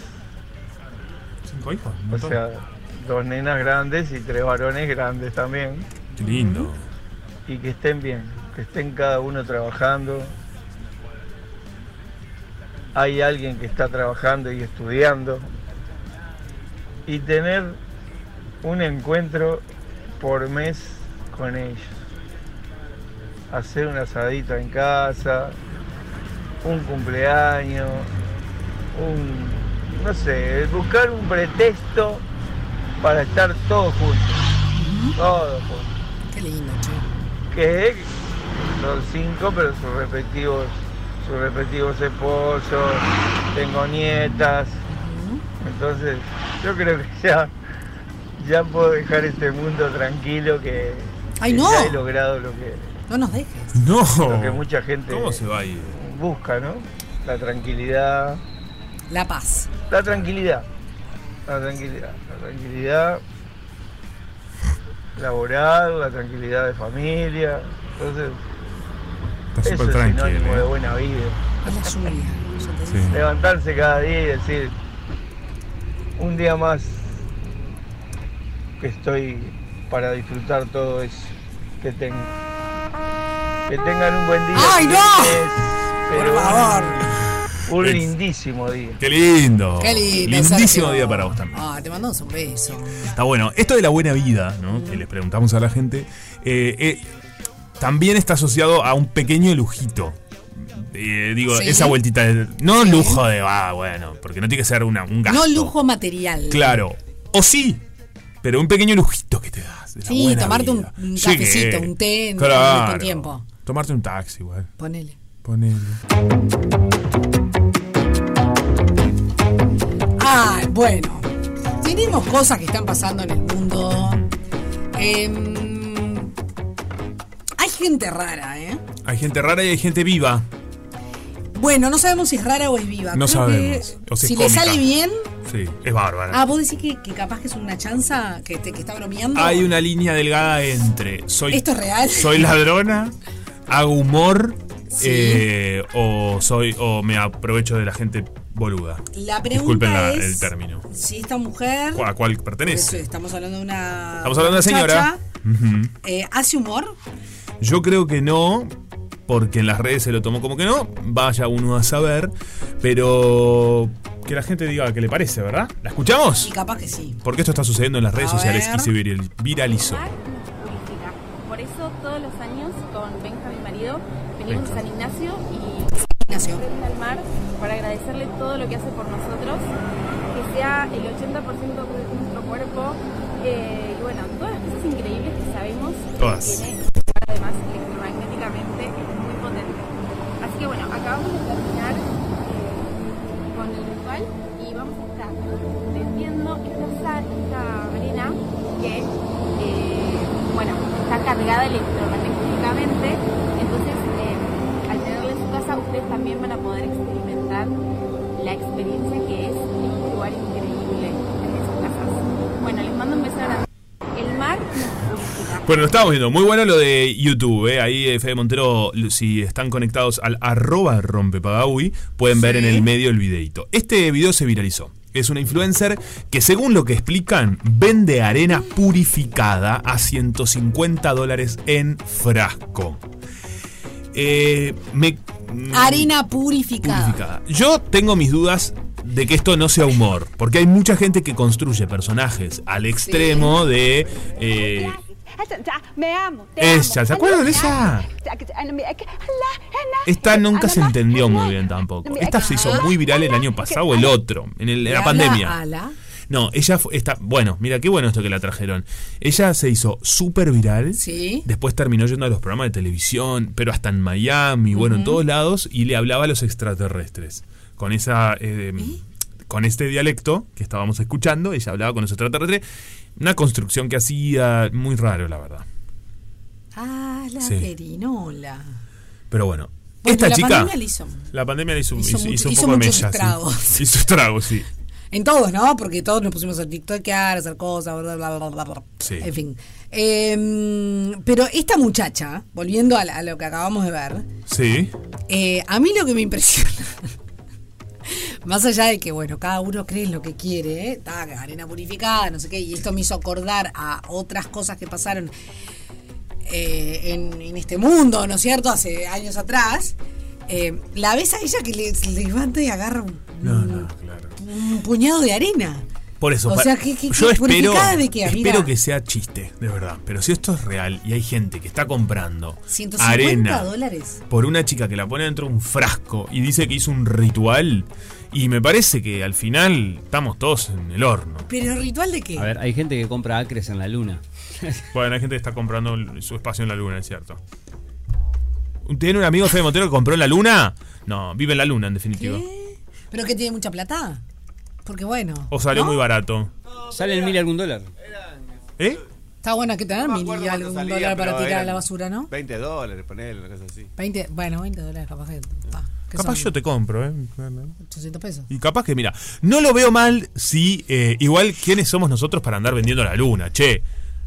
¿Cinco hijos?
O sea, dos nenas grandes y tres varones grandes también.
Qué lindo.
y que estén bien, que estén cada uno trabajando. Hay alguien que está trabajando y estudiando. Y tener un encuentro por mes con ellos. Hacer un asadito en casa, un cumpleaños, un, no sé, buscar un pretexto para estar todos juntos. Todos juntos
Qué lindo, che.
que son cinco, pero sus respectivos, sus respectivos esposos, tengo nietas. Entonces, yo creo que ya, ya puedo dejar este mundo tranquilo que,
Ay,
que
no.
ya he logrado lo que,
No nos dejes.
No.
lo que mucha gente
¿Cómo se va ahí?
busca, ¿no? La tranquilidad.
La paz.
La tranquilidad. La tranquilidad. La tranquilidad laboral, la tranquilidad de familia. Entonces,
Está
eso
súper
es sinónimo de
tranquilo. eh.
buena vida.
Es la lluvia. yo te digo.
levantarse cada día y decir un día más que estoy para disfrutar todo eso que tengo. Que tengan un buen día.
¡Ay, no!
no!
Por favor.
Un
Es-
lindísimo día.
Qué lindo.
Qué lindo.
Lindísimo
Sergio.
día para vos también.
Ah, te mandamos un beso.
Está bueno. Esto de la buena vida, ¿no? Que les preguntamos a la gente, eh, eh, también está asociado a un pequeño lujito. Eh, digo,
Sí.
esa vueltita de. No lujo de. Ah, bueno, porque no tiene que ser una, un gasto.
No lujo material.
Claro. O sí, pero un pequeño lujito que te das. de la
Sí,
buena
tomarte un-
vida.
un
Llegué.
cafecito, un té,
Claro.
con tiempo.
Tomarte un taxi, igual.
Ponele.
Ponele.
Ah, bueno. Tenemos cosas que están pasando en el mundo. Em, hay gente rara, ¿eh?
Hay gente rara y hay gente viva.
Bueno, no sabemos si es rara o es viva.
No
Creo que
sabemos. O si es
si le
cómica.
sale bien.
Sí, es bárbara.
Ah, vos decís que, que capaz que es una chanza que, te- que está bromeando.
Hay una línea delgada entre soy,
Esto es real.
soy ladrona, hago humor
Sí.
eh, o soy o me aprovecho de la gente boluda.
La pregunta
Disculpen la-
es
el término.
si esta mujer.
¿A cuál
Eso,
pertenece?
estamos hablando de una.
Estamos hablando de señora.
muchacha,
Ujú.
eh, ¿Hace humor?
Yo creo que no, porque en las redes se lo tomó como que no. Vaya uno a saber, pero que la gente diga qué le parece, ¿verdad? ¿La
Y
escuchamos?
capaz Ah, que sí.
Porque esto está sucediendo en las redes
A
sociales
ver.
y se viril- viralizó.
Por eso todos los años con Benja, mi marido, venimos a San Ignacio y
Ignacio.
frente al mar para agradecerle todo lo que hace por nosotros, que sea el 80% de nuestro cuerpo, eh, y bueno, todas las cosas increíbles que sabemos que
Todas.
tiene, además electromagnéticamente es muy potente. Así que bueno, acabamos de terminar eh, con el ritual y vamos a estar vendiendo esta sal, esta arena que, eh, bueno, está cargada electromagnéticamente, entonces eh, al tenerla en su casa, ustedes también van a poder experimentar la experiencia que es un lugar increíble desde sus casas. Bueno, les mando un beso grande. El mar nos purifica.
Bueno, lo estamos viendo. Muy bueno lo de YouTube. ¿eh? Ahí eh, Fede Montero, si están conectados al arroba rompepagawi, pueden ver en el medio el videito. Este video se viralizó. Es una influencer que, según lo que explican, vende arena purificada a 150 dólares en frasco. Eh, me,
Arena purificada.
purificada. Yo tengo mis dudas de que esto no sea humor, porque hay mucha gente que construye personajes al extremo de... eh,
Me amo.
ella, ¿se acuerdan de ella? Esta nunca se entendió muy bien tampoco. Esta se hizo muy viral el año pasado o el otro, en, el- en la pandemia. No, ella fue- está... Bueno, mira, qué bueno esto que la trajeron. Ella se hizo súper viral.
Sí.
Después terminó yendo a los programas de televisión, pero hasta en Miami, bueno, en
Ujú.
todos lados, y le hablaba a los extraterrestres. Con esa. eh, Con este dialecto que estábamos escuchando, ella hablaba con los extraterrestres. Una construcción que hacía muy raro, la verdad.
Ah, la
Sí.
querinola.
Pero bueno.
Bueno,
esta
la
chica.
pandemia le hizo-
la pandemia le hizo,
hizo
hizo-
mucho-
hizo un
hizo
poco de
muchos
mella. sí.
estragos.
Hizo estragos, sí.
En todos, ¿no? Porque todos nos pusimos a tiktokear, a hacer cosas, bla, bla, bla, bla, bla.
Sí.
En fin. Eh, pero esta muchacha, volviendo a, la- a lo que acabamos de ver,
Sí.
eh, a mí lo que me impresiona, más allá de que, bueno, cada uno cree en lo que quiere, ¿eh? Ta, arena purificada, no sé qué, y esto me hizo acordar a otras cosas que pasaron eh, en, en este mundo, ¿no es cierto? Hace años atrás. Eh, la ves a ella que le, se levanta y agarra un,
No, no, claro.
un puñado de arena.
Por eso,
Mm. O
pa-
sea, ¿qué- qué-
yo
qué
espero,
purificada de qué, amiga?
espero que sea chiste, de verdad. Pero si esto es real y hay gente que está comprando
150
arena
dólares.
por una chica que la pone dentro de un frasco y dice que hizo un ritual, y me parece que al final estamos todos en el horno.
¿Pero ritual de qué?
A ver, hay gente que compra acres en la luna.
Bueno, hay gente que está comprando su espacio en la luna, es cierto. ¿Tiene un amigo Fede Montero que compró en la luna? No, vive en la luna, en definitiva.
¿Pero que tiene mucha plata? Porque bueno,
O salió
¿No?
muy barato.
Sale en mil algún dólar.
¿eh?
está bueno que tener mil y algún
salía,
dólar para
pero
tirar a
eran
la basura, ¿no?
20 dólares, ponele, una cosa así.
20, bueno, 20 dólares capaz que... ah, ¿qué
Capaz
son?
yo te compro, ¿eh?
800 pesos.
Y capaz que, mira, no lo veo mal si. eh, igual, ¿quiénes somos nosotros para andar vendiendo la luna? Che,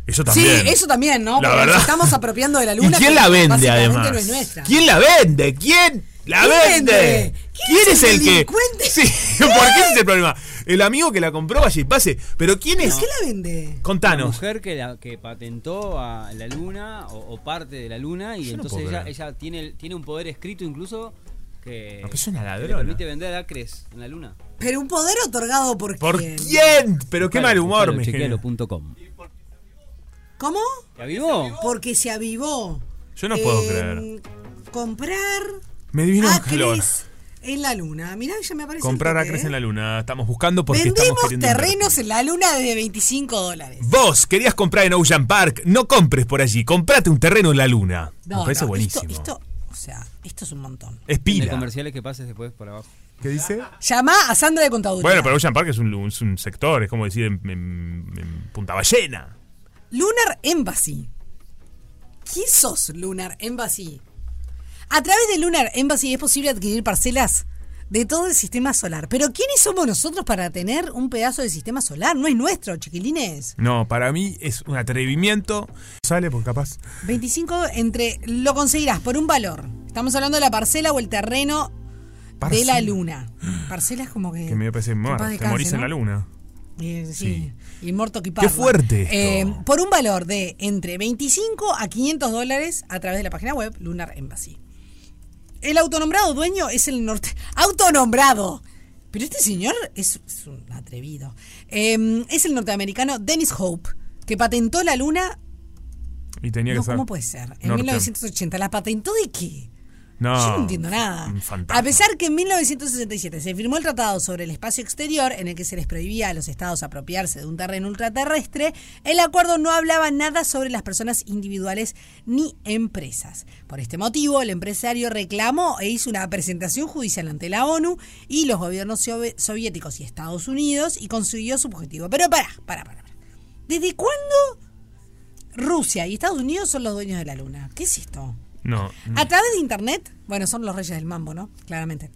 eso también.
Sí, eso también, ¿no?
La
Porque
verdad.
nos estamos apropiando de la
¿Y
luna.
quién
que
la vende
básicamente
además?
no es nuestra.
¿Quién la vende? ¿Quién la
¿Quién
vende?
vende?
¿Quién, es el, que.? Sí, ¿por qué ese es el problema? El amigo que la compró, vaya y pase. Pero ¿quién es?
¿Quién la vende?
Una
Contanos.
mujer que, la, que patentó a la luna o, o parte de la luna y
Yo no
entonces
puedo
ella,
creer.
ella tiene, el- tiene un poder escrito incluso que,
No, pero es una
que le
ladrona.
permite vender acres en la luna.
Pero un poder otorgado por,
¿Por
quién.
quién? Pero qué mal humor, me genera.
Chequealo.com.
¿Cómo?
¿Te avivó?
Porque se avivó.
Yo no puedo
Eh,
creer.
Comprar
Me divino
Ah,
un calor.
acres en la luna. Mirá, ya me aparece. el
Comprar
toque,
acres
¿eh?
en la luna. Estamos buscando porque estamos
Vendemos
queriendo. entrar.
terrenos en la luna de 25 dólares.
Vos querías comprar en Ocean Park, no compres por allí, comprate un terreno en la luna.
No,
Me parece
no,
buenísimo.
Esto, esto, o sea, esto es un montón.
es
De
pila.
comerciales que pases después por abajo.
¿Qué dice?
Llamá a Sandra de Contaduría.
Bueno, pero Ocean Park es un, lu- es un sector, es como decir en, en- en Punta Ballena.
Lunar Embassy. ¿Quién sos Lunar Embassy? A través de Lunar Embassy es posible adquirir parcelas de todo el sistema solar. Pero ¿quiénes somos nosotros para tener un pedazo del sistema solar? No es nuestro, chiquilines.
No, para mí es un atrevimiento. Sale porque capaz.
25 entre lo conseguirás por un valor. Estamos hablando de la parcela o el terreno de
Parcela.
la luna. Parcelas como que...
Que me parece
paz
muerto, te
descanse,
morís en
¿no?
la luna.
Eh, sí.
Sí.
Y Morto
Qué fuerte esto.
Eh, por un valor de entre 25 a 500 dólares a través de la página web Lunar Embassy. El autonombrado dueño es el norte. ¡Autonombrado! Pero este señor es, es un atrevido. Eh, es el norteamericano Dennis Hope, que patentó la luna.
Y tenía que
No,
ser.
¿Cómo puede ser? En
norte.
1980. ¿La patentó de qué?
No.
Yo no entiendo nada.
Un fantasma.
A pesar que en 1967 se firmó el Tratado sobre el Espacio Exterior, en el que se les prohibía a los estados apropiarse de un terreno ultraterrestre, el acuerdo no hablaba nada sobre las personas individuales ni empresas. Por este motivo, el empresario reclamó e hizo una presentación judicial ante la ONU y los gobiernos sovi- soviéticos y Estados Unidos y consiguió su objetivo. Pero pará, pará, pará. pará. ¿Desde cuándo Rusia y Estados Unidos son los dueños de la Luna? ¿Qué es esto?
No.
A través de internet, bueno, son los reyes del mambo, ¿no? Claramente.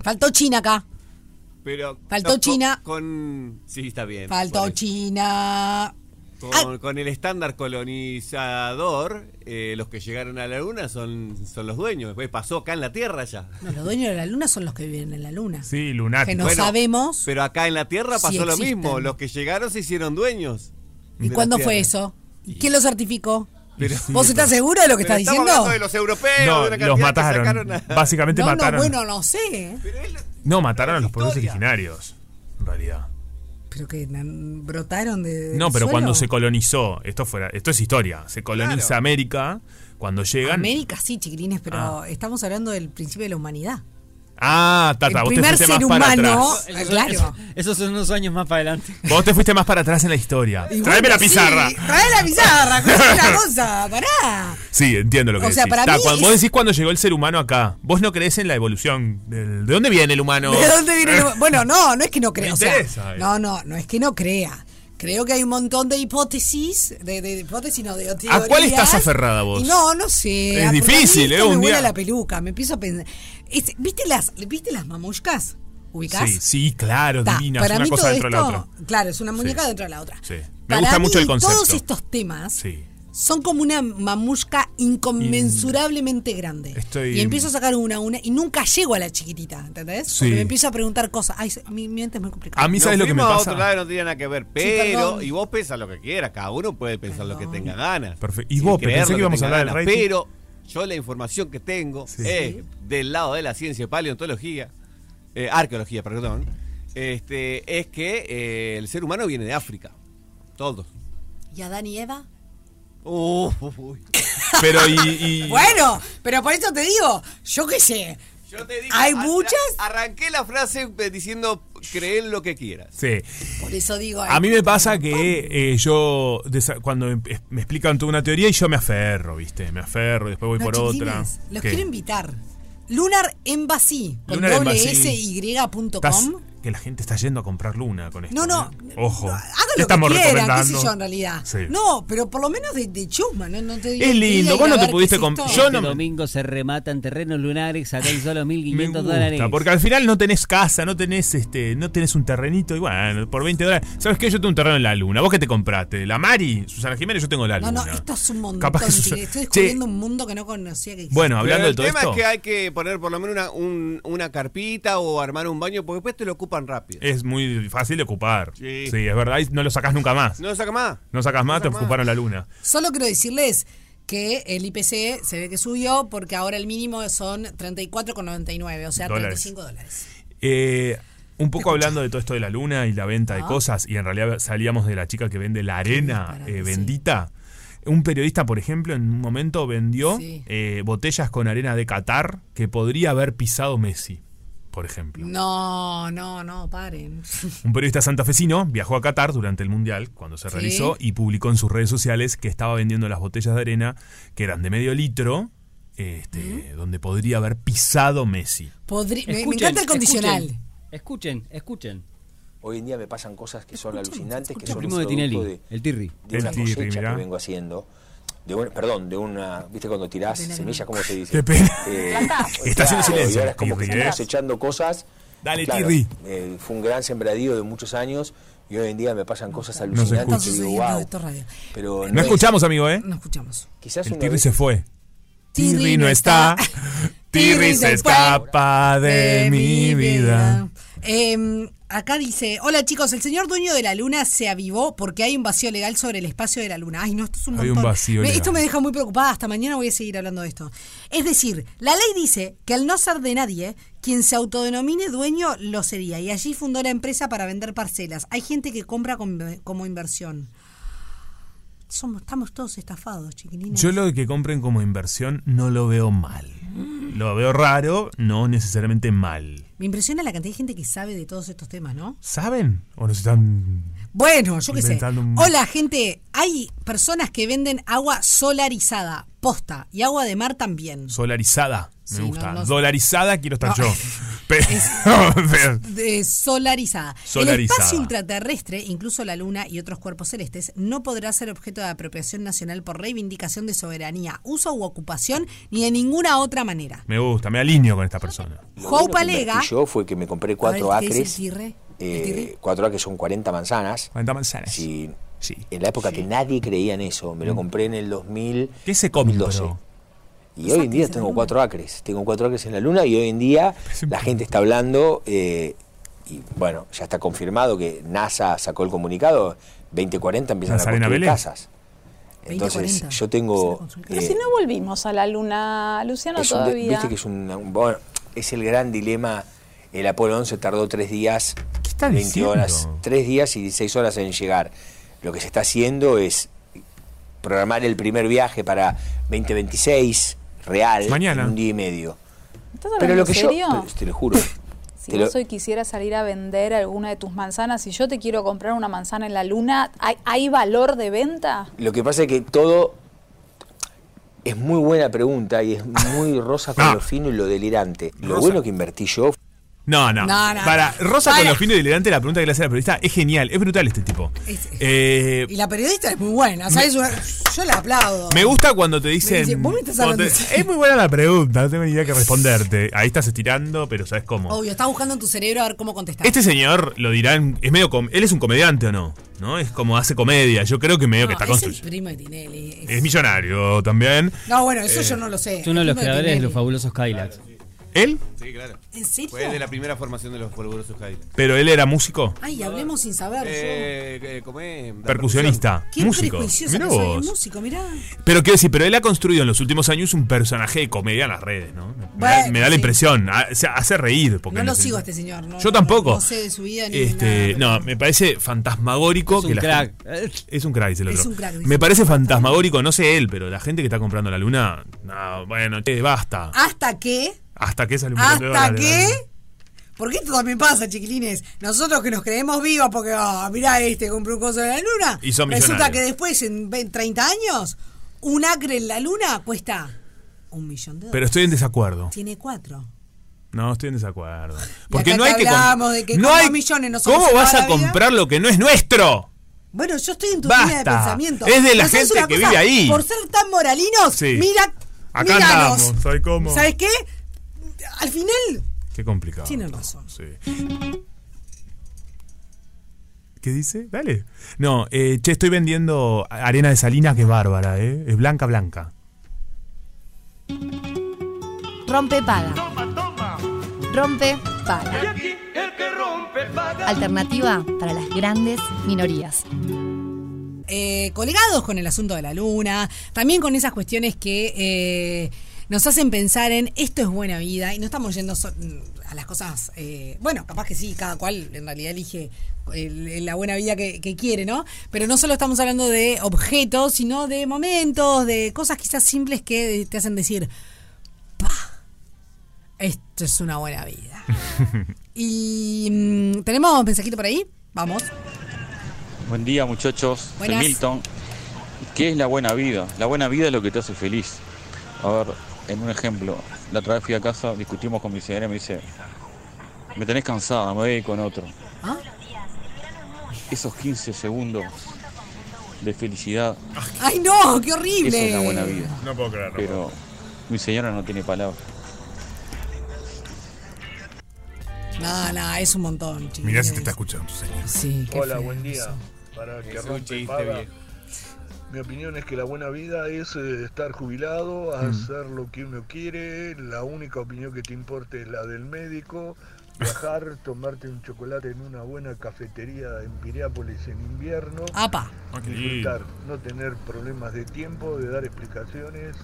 Faltó China acá.
Pero.
Faltó
con-
China.
Con. Sí, está bien.
Faltó Ah. China.
Con, con el estándar colonizador, eh, los que llegaron a la luna son, son los dueños. Después pasó acá en la Tierra ya.
No, los dueños de la luna son los que viven en la luna.
Sí, lunático.
Que no sabemos.
Ah, Pero acá en la Tierra
si
pasó lo
existen.
mismo. Los que llegaron se hicieron dueños.
¿Y cuándo fue eso? ¿Y ¿Quién lo certificó?
Pero-
¿Vos estás seguro de lo que
Pero
estás
estamos
diciendo?
hablando de los europeos, de una
los
cantidad que
mataron.
sacaron a-
Básicamente
No,
mataron.
no, bueno, no sé.
No, mataron a los pueblos originarios, en realidad.
Pero que na- brotaron de. del
No, pero
suelo.
cuando se colonizó, esto fuera, esto es historia. Se coloniza América, cuando llegan.
América sí, chiquilines, pero
Ah.
estamos hablando del principio de la humanidad.
Ah, Tata,
El
vos te
primer
fuiste
ser
más para
humano,
atrás.
eh, claro.
Esos son unos años más para adelante.
Vos te fuiste más para atrás en la historia.
Y bueno,
Tráeme la pizarra.
sí, trae la pizarra, es una cosa, pará.
Sí, entiendo lo que
O sea,
decís.
para
Ta,
mí
cuando-
es-
Vos decís cuando llegó el ser humano acá. Vos no crees en la evolución. del- ¿De dónde viene el humano? ¿Eh?
¿De dónde viene? el- Bueno, no, no es que no crea.
Me
o sea,
interesa, eh.
no, no, no es que no crea. Creo que hay un montón de hipótesis, de, de hipótesis, no, de
¿A cuál
teorías.
estás aferrada vos?
Y no, no sé. Ah,
Es
porque a mí
difícil,
esto
eh,
Me
un
vuela
día.
la peluca, me empiezo a pensar. Es- ¿Viste las, viste las mamushkas? ¿Ubicás?
Sí, sí, claro,
Ta,
divinas.
para
una
mí
cosa
todo
dentro de la
esto,
otra.
claro, es una muñeca
Sí.
dentro de la otra.
Sí. Me
Para
gusta mucho
mí,
el concepto.
Todos estos temas
Sí.
son como una mamushka inconmensurablemente grande.
Estoy-
Y empiezo a sacar una a una y nunca llego a la chiquitita, ¿entendés?
Sí.
Porque me empiezo a preguntar cosas. Ay, se- mi, mi mente es muy complicada.
A mí,
Nos
¿sabes lo que me
fuimos a
pasa?
otro lado y no tenía nada que ver. Pero,
perdón.
y vos pensás lo que quieras, cada uno puede pensar lo que tenga ganas.
Perfecto. Y
sin
vos,
creer
pensé
lo
que íbamos a
tenga
hablar del
ganas.
rating.
Pero yo la información que tengo es del lado de la ciencia y paleontología, eh, arqueología, perdón, este, es que eh, el ser humano viene de África. Todos.
Ah.
¿Y Adán y Eva?
Uh, uy.
Pero y. y-
Bueno, pero por eso te digo, yo qué sé.
Yo te digo,
Hay
arra-
muchas.
Arranqué la frase eh, diciendo, creer lo que quieras.
Sí.
Por eso digo. eh,
A mí me pasa que eh, yo, desa- cuando em- es- me explican toda una teoría y yo me aferro, ¿viste? Me aferro, después voy
No,
por otra.
chiquilines, Los
¿Qué?
quiero invitar. Lunar Embassy. Con
Lunar
doble
Embassy.
S Y punto
Estás-
com.
que la gente está yendo a comprar luna con esto.
No, no,
¿eh? Ojo.
Hagan
Te
lo
estamos
que quieran, qué sé
recomendando.
yo en realidad.
Sí.
No, pero por lo menos de, de chusma, ¿no? no te digo,
Es
ir a
lindo,
ir
vos
a
no te
ver qué
pudiste
es
comp-
esto.
Yo
este
no me-
domingo se rematan terrenos lunares, sacan solo 1.500
Me
dólares.
gusta, porque al final no tenés casa, no tenés este, no tenés un terrenito y bueno, por 20 dólares. ¿Sabes qué? Yo tengo un terreno en la luna. ¿Vos qué te compraste? La Mari, Susana Jiménez, yo tengo la
No,
luna.
no, esto es un montón.
Capaz que
chiquilines.
sucede-
Estoy
Che.
descubriendo un mundo que no conocía que existía.
Bueno, hablando
Pero
de
el
todo
tema
esto.
es que hay que poner por lo menos una, un- una carpita o armar un baño porque después te lo ocupan rápido.
Es muy fácil de ocupar.
Sí.
es verdad. Y no lo sacás nunca más.
No lo saca más.
No sacas más, te
más.
ocuparon la luna.
Solo quiero decirles que el IPC se ve que subió porque ahora el mínimo son 34,99, o sea,
Dólares.
35 dólares.
Eh, un poco hablando de todo esto de la luna y la venta de cosas, y en realidad salíamos de la chica que vende la arena eh, bendita. Un periodista, por ejemplo, en un momento vendió eh, botellas con arena de Qatar que podría haber pisado Messi, por ejemplo.
No, no, no, paren.
Un periodista santafesino viajó a Qatar durante el Mundial, cuando se
Sí.
realizó, y publicó en sus redes sociales que estaba vendiendo las botellas de arena que eran de medio litro, este, donde podría haber pisado Messi.
Podri- me- me,
Escuchen,
encanta el condicional.
Escuchen, escuchen.
Hoy en día me pasan cosas que son alucinantes, que
El
son
primo de
un
Tinelli,
producto
el Tirri.
de una cosecha que vengo haciendo. De un- perdón, de una. ¿Viste cuando tirás
Pena que
semillas? ¿Cómo se dice?
Qué pena.
Eh,
Plantás.
eh,
Está haciendo
claro,
silencio,
Y ahora es como que
Tirri,
estoy
¿eh?
cosechando cosas.
Dale, Tirri.
eh, fue un gran sembradío de muchos años y hoy en día me pasan cosas
se
alucinantes.
escucha.
que digo,
Subiendo
"Guau".
de estos radio.
Pero
No
es-
escuchamos, amigo, ¿eh?
No escuchamos.
Quizás
El
una
Tirri
vez-
se fue.
Tirri
Tirri no
no
está. Tirri se escapa de mi vida.
Eh, acá dice, hola chicos, el señor dueño de la luna se avivó porque hay un vacío legal sobre el espacio de la luna. Ay, no, esto es un
Hay un
montón.
vacío
Me-
legal.
Esto me deja muy preocupada, hasta mañana voy a seguir hablando de esto. Es decir, la ley dice que al no ser de nadie, quien se autodenomine dueño lo sería. Y allí fundó la empresa para vender parcelas. Hay gente que compra con- como inversión. Somos, estamos todos estafados, chiquilines.
Yo lo que compren como inversión no lo veo mal. Lo veo raro, no necesariamente mal.
Me impresiona la cantidad de gente que sabe de todos estos temas, ¿no?
¿Saben? ¿O nos están
Bueno, yo qué sé.
Inventando un-
Hola, gente. Hay personas que venden agua solarizada, posta, y agua de mar también.
solarizada? Me
Sí,
gusta.
no, no-
Dolarizada quiero estar yo. Pero-
de- solarizada. El
Solarizada.
espacio ultraterrestre, incluso la Luna y otros cuerpos celestes, no podrá ser objeto de apropiación nacional por reivindicación de soberanía, uso u ocupación, ni de ninguna otra manera.
me gusta, me alineo con esta persona.
Lo
Juan
bueno que
Palega.
invertí yo fue que me compré cuatro
A ver, ¿qué dice el
acres.
tirre?
eh, cuatro acres son 40 manzanas.
40 manzanas. Mm.
Sí. En la época que nadie creía en eso, me lo compré en el 2000.
¿Qué se compró?
2012. Y hoy en día tengo cuatro acres. Tengo cuatro acres en la luna y hoy en día la gente está hablando. eh, y bueno, ya está confirmado que NASA sacó el comunicado. 2040 empiezan a
¿Nazarena
construir
Vélez?
casas. Entonces,
2040.
yo tengo.
Pero
eh,
si no volvimos a la luna, Luciano,
es un de-
todavía.
Viste que es un, un- bueno, es el gran dilema. El Apolo 11 tardó tres días, 20
diciendo?
horas, tres días y 16 horas en llegar. Lo que se está haciendo es programar el primer viaje para 2026 real
Mañana.
en un día y medio.
¿Estás
Pero
hablando
lo
en
que
serio?
yo pero te lo juro.
si
te
yo
lo-
hoy quisiera salir a vender alguna de tus manzanas, si yo te quiero comprar una manzana en la luna, ¿hay, hay valor de venta?
Lo que pasa es que todo es muy buena pregunta y es muy rosa con lo fino y lo delirante. Lo bueno que invertí yo
No, no.
No, no.
Para Rosa
Para.
con los fines y delante la pregunta que le hace la periodista es genial, es brutal este tipo.
Es-
Eh,
y la periodista es muy buena, o sea, es una- yo la aplaudo.
me gusta cuando te
Me dice,
dicen.
"Vos me estás
cuando
hablando
te- es muy buena la pregunta, no tengo ni idea que responderte. Ahí estás estirando, pero sabes cómo.
Obvio, está buscando en tu cerebro a ver cómo contestar.
Este señor lo dirán, es medio com- él es un comediante o no, ¿no? Es como hace comedia, yo creo que medio
No,
que Este está
es el
construyendo.
primo de Tinelli.
Es millonario también.
No, bueno, eso
Eh,
yo no lo sé.
Es uno de los
El primo de
creadores de
Tinelli.
los fabulosos Cadillacs.
¿Él?
Sí, claro.
¿En serio?
Fue de la primera formación de los polvorosos Cadillacs.
Pero él era músico,
Ay, hablemos sin saber.
Eh, eh, ¿cómo es? Da
percusionista,
yo. Qué
músico.
prejuicioso
Mirá
que soy,
vos.
músico, mirá.
Pero quiero decir, pero él ha construido en los últimos años un personaje de comedia en las redes, ¿no? Me, da,
Bueno,
me da
Eh, sí.
la impresión, ha- o sea, hace reír. Porque
No lo
sé.
sigo a este señor, ¿no?
Yo tampoco.
No sé de su vida ni
Este, no, me parece fantasmagórico
Es
que
un
la
crack.
gente- es un crack, dice el
Es
otro.
un crack, dice.
me parece fantasmagórico, no sé él, pero la gente que está comprando la luna, no, bueno, che, basta.
¿Hasta qué?
Hasta que sale un millón de
Ah, ¿Hasta
dólares.
qué? Porque esto también pasa, chiquilines. Nosotros que nos creemos vivos porque, ah, mirá este, compró un coso de la luna.
Y son
Resulta
millonarios.
que después, en 20, 30 años, un acre en la luna cuesta un millón de dólares.
Pero estoy en desacuerdo.
Tiene cuatro.
No, estoy en desacuerdo.
Y
Porque
acá
no
te
hay que. com-
hablamos de que
no
como
hay-
millones no somos
¿Cómo vas
toda
a
la vida?
comprar lo que no es nuestro?
Bueno, yo estoy en tu
Basta.
línea de pensamiento.
Es de la
¿No sabes
gente
una
que
cosa?
vive ahí.
Por ser tan moralinos,
Sí.
mira,
Acá
míranos.
andamos, ¿sabes cómo?
¿Sabes qué? Al final
Qué complicado.
tienen razón.
Sí. ¿Qué dice? Dale. No, eh, che, estoy vendiendo arena de salinas que es bárbara, ¿eh? Es blanca, blanca.
Rompe paga. Rompe paga. Alternativa para las grandes minorías.
eh, colgados con el asunto de la luna, también con esas cuestiones que eh, nos hacen pensar en esto es buena vida y no estamos yendo so- mm, a las cosas, eh, bueno, capaz que sí, cada cual en realidad elige el- la buena vida que, que quiere, ¿no? Pero no solo estamos hablando de objetos, sino de momentos, de cosas quizás simples que te hacen decir, pa, esto es una buena vida. y mm, tenemos mensajito por ahí, vamos.
Buen día muchachos, soy
Buenas.
Milton. ¿Qué es la buena vida? La buena vida es lo que te hace feliz. A ver, en un ejemplo, la otra vez fui a casa, discutimos con mi señora y me dice, me tenés cansada, me voy con otro.
¿Ah?
Esos 15 segundos de felicidad,
¡Ay no! Ah, ¡Qué horrible!
eso es la buena vida.
No puedo creerlo.
Pero mi señora no tiene palabras.
No, no, es un montón, chicos.
Mirá si te está escuchando, señor.
Sí, qué
Hola,
feo
buen día.
eso.
Para que
Es un
rompe
chiste
paga.
viejo.
Mi opinión es que la buena vida es eh, estar jubilado,
Mm.
hacer lo que uno quiere. La única opinión que te importa es la del médico. Viajar, tomarte un chocolate en una buena cafetería en Piriápolis en invierno.
¡Apa!
Ah, qué lindo.
Disfrutar, no tener problemas de tiempo, de dar explicaciones,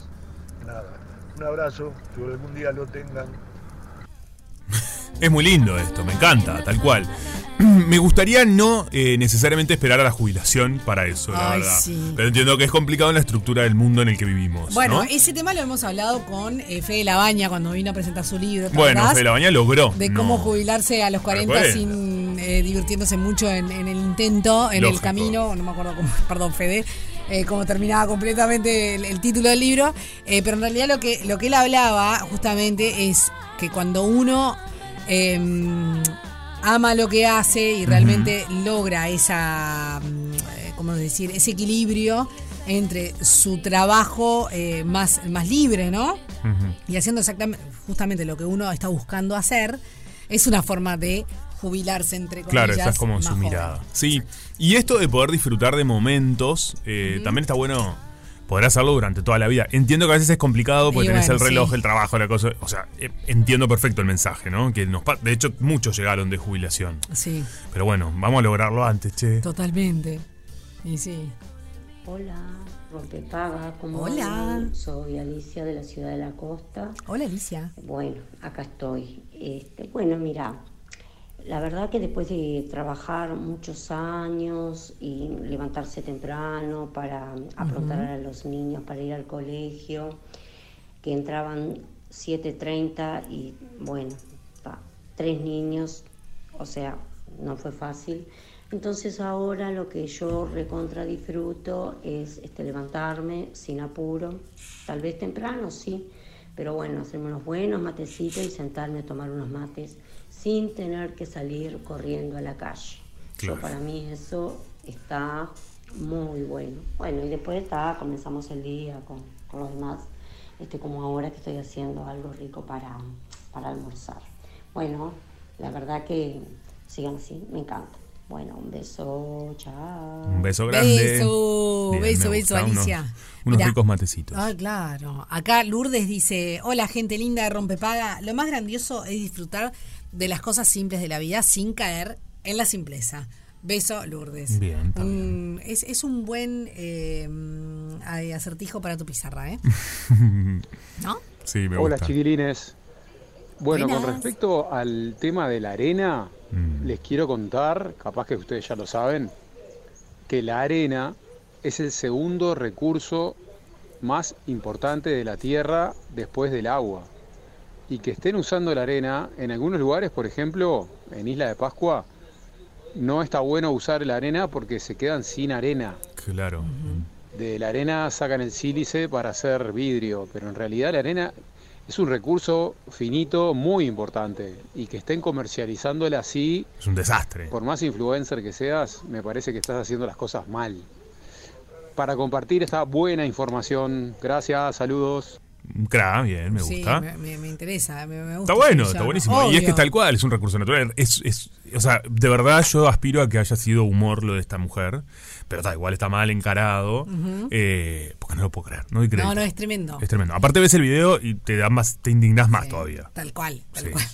nada. Un abrazo, que algún día lo tengan.
Es muy lindo esto, me encanta, tal cual. Me gustaría no eh, necesariamente esperar a la jubilación para eso, la
Ay,
verdad.
sí.
Pero entiendo que es complicado en la estructura del mundo en el que vivimos.
Bueno,
¿no?
ese tema lo hemos hablado con eh, Fede Labaña cuando vino a presentar su libro. ¿te
Bueno,
acordás?
Fede Labaña logró,
De cómo
no.
jubilarse a los 40,
40.
sin eh, divirtiéndose mucho en, en el intento, en el
Lógico.
camino. No me acuerdo cómo, perdón, Fede, eh, cómo terminaba completamente el, el título del libro. Eh, pero en realidad lo que, lo que él hablaba justamente es que cuando uno eh, ama lo que hace y realmente logra esa, mm, eh, ¿cómo decir? Ese equilibrio entre su trabajo eh, más, más libre, ¿no? y haciendo exactamente justamente lo que uno está buscando hacer, es una forma de jubilarse entre comillas.
Claro, esa es como
más
su
joven.
mirada. Sí, y esto de poder disfrutar de momentos, eh,
Ujú.
también está bueno poder hacerlo durante toda la vida. Entiendo que a veces es complicado porque
Y
tenés
bueno,
el reloj,
sí.
el trabajo, la cosa. O sea, eh, entiendo perfecto el mensaje, ¿no? Que nos pa- De hecho, muchos llegaron de jubilación.
Sí,
Pero bueno, vamos a lograrlo antes, che.
totalmente. Y sí.
Hola, Rompepaga, ¿cómo
Hola.
andan? Soy Alicia de la Ciudad de la Costa.
Hola Alicia.
Bueno, acá estoy. Este, bueno, mira, la verdad que después de trabajar muchos años y levantarse temprano para aprontar a los niños para ir al colegio, que entraban 7.30 y bueno, pa, tres niños, o sea, no fue fácil. Entonces ahora lo que yo recontra disfruto es este, levantarme sin apuro, tal vez temprano, sí, pero bueno, hacerme unos buenos matecitos y sentarme a tomar unos mates sin tener que salir corriendo a la calle. Yo, para mí eso está muy bueno. Bueno, y después está, comenzamos el día con, con los demás, este, como ahora que estoy haciendo algo rico para, para almorzar. Bueno, la verdad que sigan así, me encanta. Bueno, un beso, chao.
Un beso grande.
Beso,
Bien,
beso,
me
beso,
gusta. Unos-
Alicia.
Unos
Mirá.
ricos matecitos.
Ah, claro. Acá Lourdes dice, hola gente linda de Rompepaga, lo más grandioso es disfrutar de las cosas simples de la vida sin caer en la simpleza. Beso, Lourdes.
Bien, está
Un- es, es un buen eh, ay, acertijo para tu pizarra, ¿eh? ¿No?
Sí, me
Hola
gusta.
chiquilines. Bueno, con
Buenas.
respecto al tema de la arena,
Mm.
les quiero contar, capaz que ustedes ya lo saben, que la arena es el segundo recurso más importante de la tierra después del agua. Y que estén usando la arena, en algunos lugares, por ejemplo, en Isla de Pascua, no está bueno usar la arena porque se quedan sin arena.
Claro.
De la arena sacan el sílice para hacer vidrio, pero en realidad la arena es un recurso finito muy importante y que estén comercializándola así,
Es un desastre.
por más influencer que seas, me parece que estás haciendo las cosas mal. Para compartir esta buena información, gracias, saludos.
Un cra, bien, me
Sí,
gusta.
me, me- me interesa, me, me gusta.
Está bueno,
cómo
está
llama.
buenísimo. Y es que
Obvio.
tal cual, es un recurso natural. Es, es- o sea, de verdad yo aspiro a que haya sido humor lo de esta mujer, pero tal igual está mal encarado,
Ujú.
eh, porque no lo puedo creer. No, doy crédito. Este
No, no, es tremendo.
Es tremendo. Aparte ves el video y te da más, te indignás más todavía.
Tal cual, tal
Sí.
cual.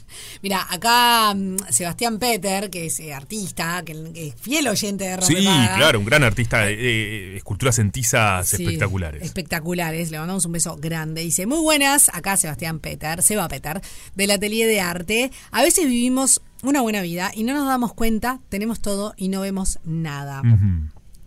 Mira, acá mm, Sebastián Peter, que es eh, artista, que, que es fiel oyente de
Sí,
Rompepaga.
claro, un gran artista de eh, esculturas en tizas
Sí,
espectaculares.
Espectaculares, le mandamos un beso grande. Dice, muy buenas, acá Sebastián Peter, Seba Peter, del Atelier de Arte. A veces vivimos una buena vida y no nos damos cuenta, tenemos todo y no vemos nada.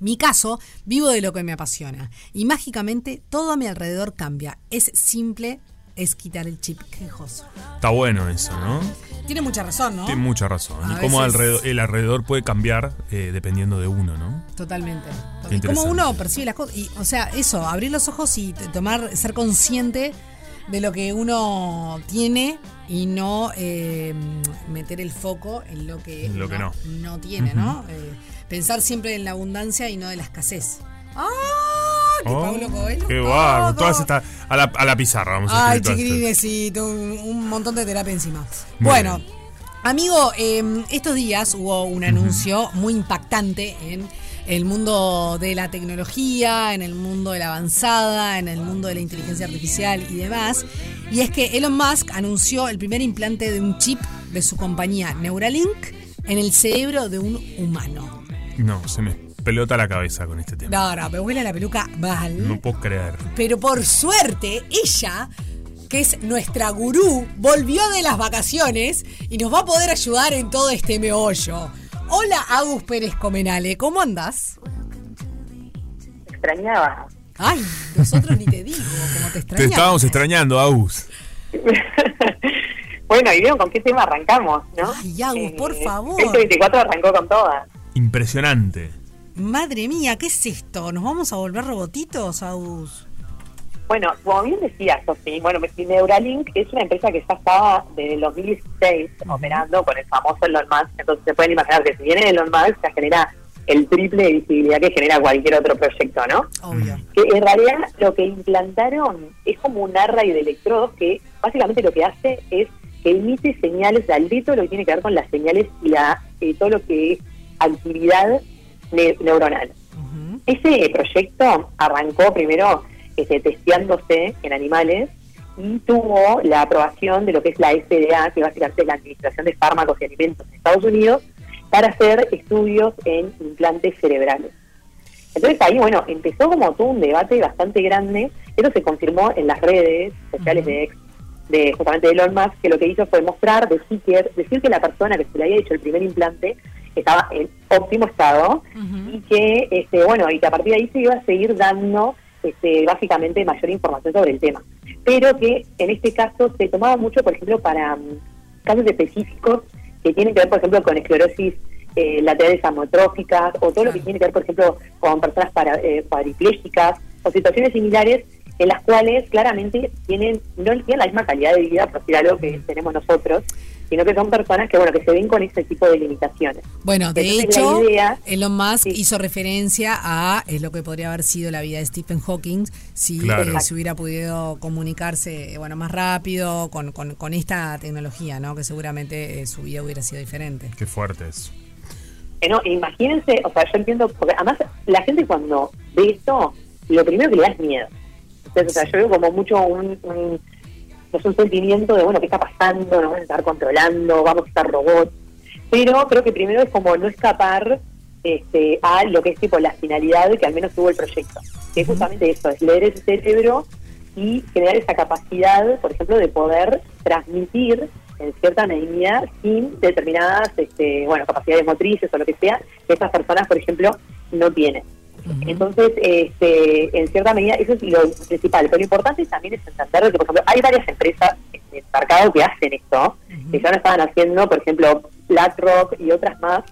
Mi caso, vivo de lo que me apasiona y mágicamente todo a mi alrededor cambia. Es simple, es quitar el chip quejoso.
Está bueno eso, ¿no?
Tiene mucha razón, ¿no?
Tiene mucha razón.
A
y cómo
veces-
alrededor- el alrededor puede cambiar eh, dependiendo de uno, ¿no?
Ah, Totalmente.
Qué
Y cómo
interesante.
uno percibe las cosas. Y, o sea, eso, abrir los ojos y t- tomar, ser consciente de lo que uno tiene y no eh, meter el foco en lo que,
En lo que
uno no tiene,
Ujú.
¿no? Eh, pensar siempre en la abundancia y no de la escasez. ¡Ah! Que
Oh,
Pablo Coelho.
Qué bárbaro.
todo.
Todas estas- a, la, a la pizarra vamos a
Ay,
escribir todas
chiquilines,
estas.
sí, tengo un, un montón de terapia encima.
Muy
bueno,
bien.
amigo, eh, estos días hubo un anuncio muy impactante en el mundo de la tecnología, en el mundo de la avanzada, en el mundo de la inteligencia artificial y demás. Y es que Elon Musk anunció el primer implante de un chip de su compañía Neuralink en el cerebro de un humano.
No, se me pelota la cabeza con este tema.
No, no, me vuela la peluca mal.
No puedo creer.
Pero por suerte, ella, que es nuestra gurú, volvió de las vacaciones y nos va a poder ayudar en todo este meollo. Hola, Agus Pérez Comenale, ¿cómo andás?
extrañaba.
Ay, nosotros ni te digo cómo te
Te
extrañamos.
estábamos extrañando, Agus.
Bueno, y vieron con qué tema arrancamos, ¿no?
Ay, Agus, por favor.
Este 24 arrancó con todas.
Impresionante.
Madre mía, ¿qué es esto? ¿Nos vamos a volver robotitos, Agus?
Bueno, como bien decía Sofi, bueno, mi Neuralink es una empresa que ya estaba desde el 2016 operando con el famoso Elon Musk, entonces se pueden imaginar que si viene Elon Musk se genera el triple de visibilidad que genera cualquier otro proyecto, ¿no?
Obvio.
Que en realidad lo que implantaron es como un array de electrodos que básicamente lo que hace es que emite señales de albedo, lo que tiene que ver con las señales y la eh, todo lo que es actividad ne- neuronal. Ese proyecto arrancó primero este, testeándose en animales y tuvo la aprobación de lo que es la FDA, que básicamente es la Administración de Fármacos y Alimentos en Estados Unidos, para hacer estudios en implantes cerebrales. Entonces ahí, bueno, empezó como todo un debate bastante grande. Esto se confirmó en las redes sociales de ex, de justamente de Elon Musk, que lo que hizo fue mostrar, decir que, decir que la persona que se le había hecho el primer implante estaba en óptimo estado y que, este, bueno, y que a partir de ahí se iba a seguir dando este, básicamente mayor información sobre el tema. Pero que en este caso se tomaba mucho, por ejemplo, para mm, casos específicos que tienen que ver, por ejemplo, con esclerosis eh, laterales amotróficas o todo lo que tiene que ver, por ejemplo, con personas para, eh, cuadriplégicas o situaciones similares en las cuales claramente tienen no tienen la misma calidad de vida, por decir algo que tenemos nosotros, sino que son personas que, bueno, que se ven con este tipo de limitaciones.
Bueno, de
Entonces, la
hecho,
idea-
Elon Musk hizo referencia a es lo que podría haber sido la vida de Stephen Hawking si
Claro.
eh, se hubiera podido comunicarse eh, bueno más rápido con, con, con esta tecnología, ¿no? Que seguramente eh, su vida hubiera sido diferente.
Qué fuerte eso.
Eh, no, imagínense, o sea, yo entiendo, porque además la gente cuando ve esto, lo primero que le da es miedo. Entonces, o sea, yo veo como mucho un, un, no sé, un sentimiento de, bueno, ¿qué está pasando? Nos van a estar controlando, vamos a estar robots. Pero creo que primero es como no escapar este, a lo que es tipo la finalidad que al menos tuvo el proyecto. Que es justamente eso, es leer el cerebro y generar esa capacidad, por ejemplo, de poder transmitir en cierta medida sin determinadas este, bueno capacidades motrices o lo que sea que estas personas, por ejemplo, no tienen. Entonces, este, en cierta medida, eso es lo principal. Pero lo importante también es entender que, por ejemplo, hay varias empresas en el mercado que hacen esto, que ya lo estaban haciendo, por ejemplo, BlackRock y otras más,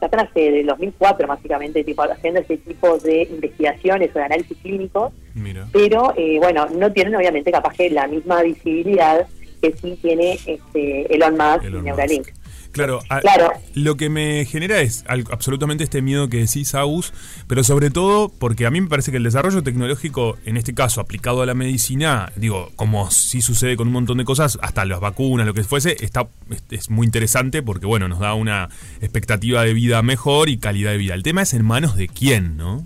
ya están hace del 2004 básicamente, tipo, haciendo ese tipo de investigaciones o de análisis clínicos,
Mira.
pero eh, bueno, no tienen obviamente capaz que la misma visibilidad que sí tiene este, Elon Musk y Neuralink.
Claro, a-
Claro.
lo que me genera es al- absolutamente este miedo que decís, Agus, pero sobre todo porque a mí me parece que el desarrollo tecnológico, en este caso aplicado a la medicina, digo, como sí sucede con un montón de cosas, hasta las vacunas, lo que fuese, está, es, es muy interesante porque, bueno, nos da una expectativa de vida mejor y calidad de vida. El tema es en manos de quién, ¿no?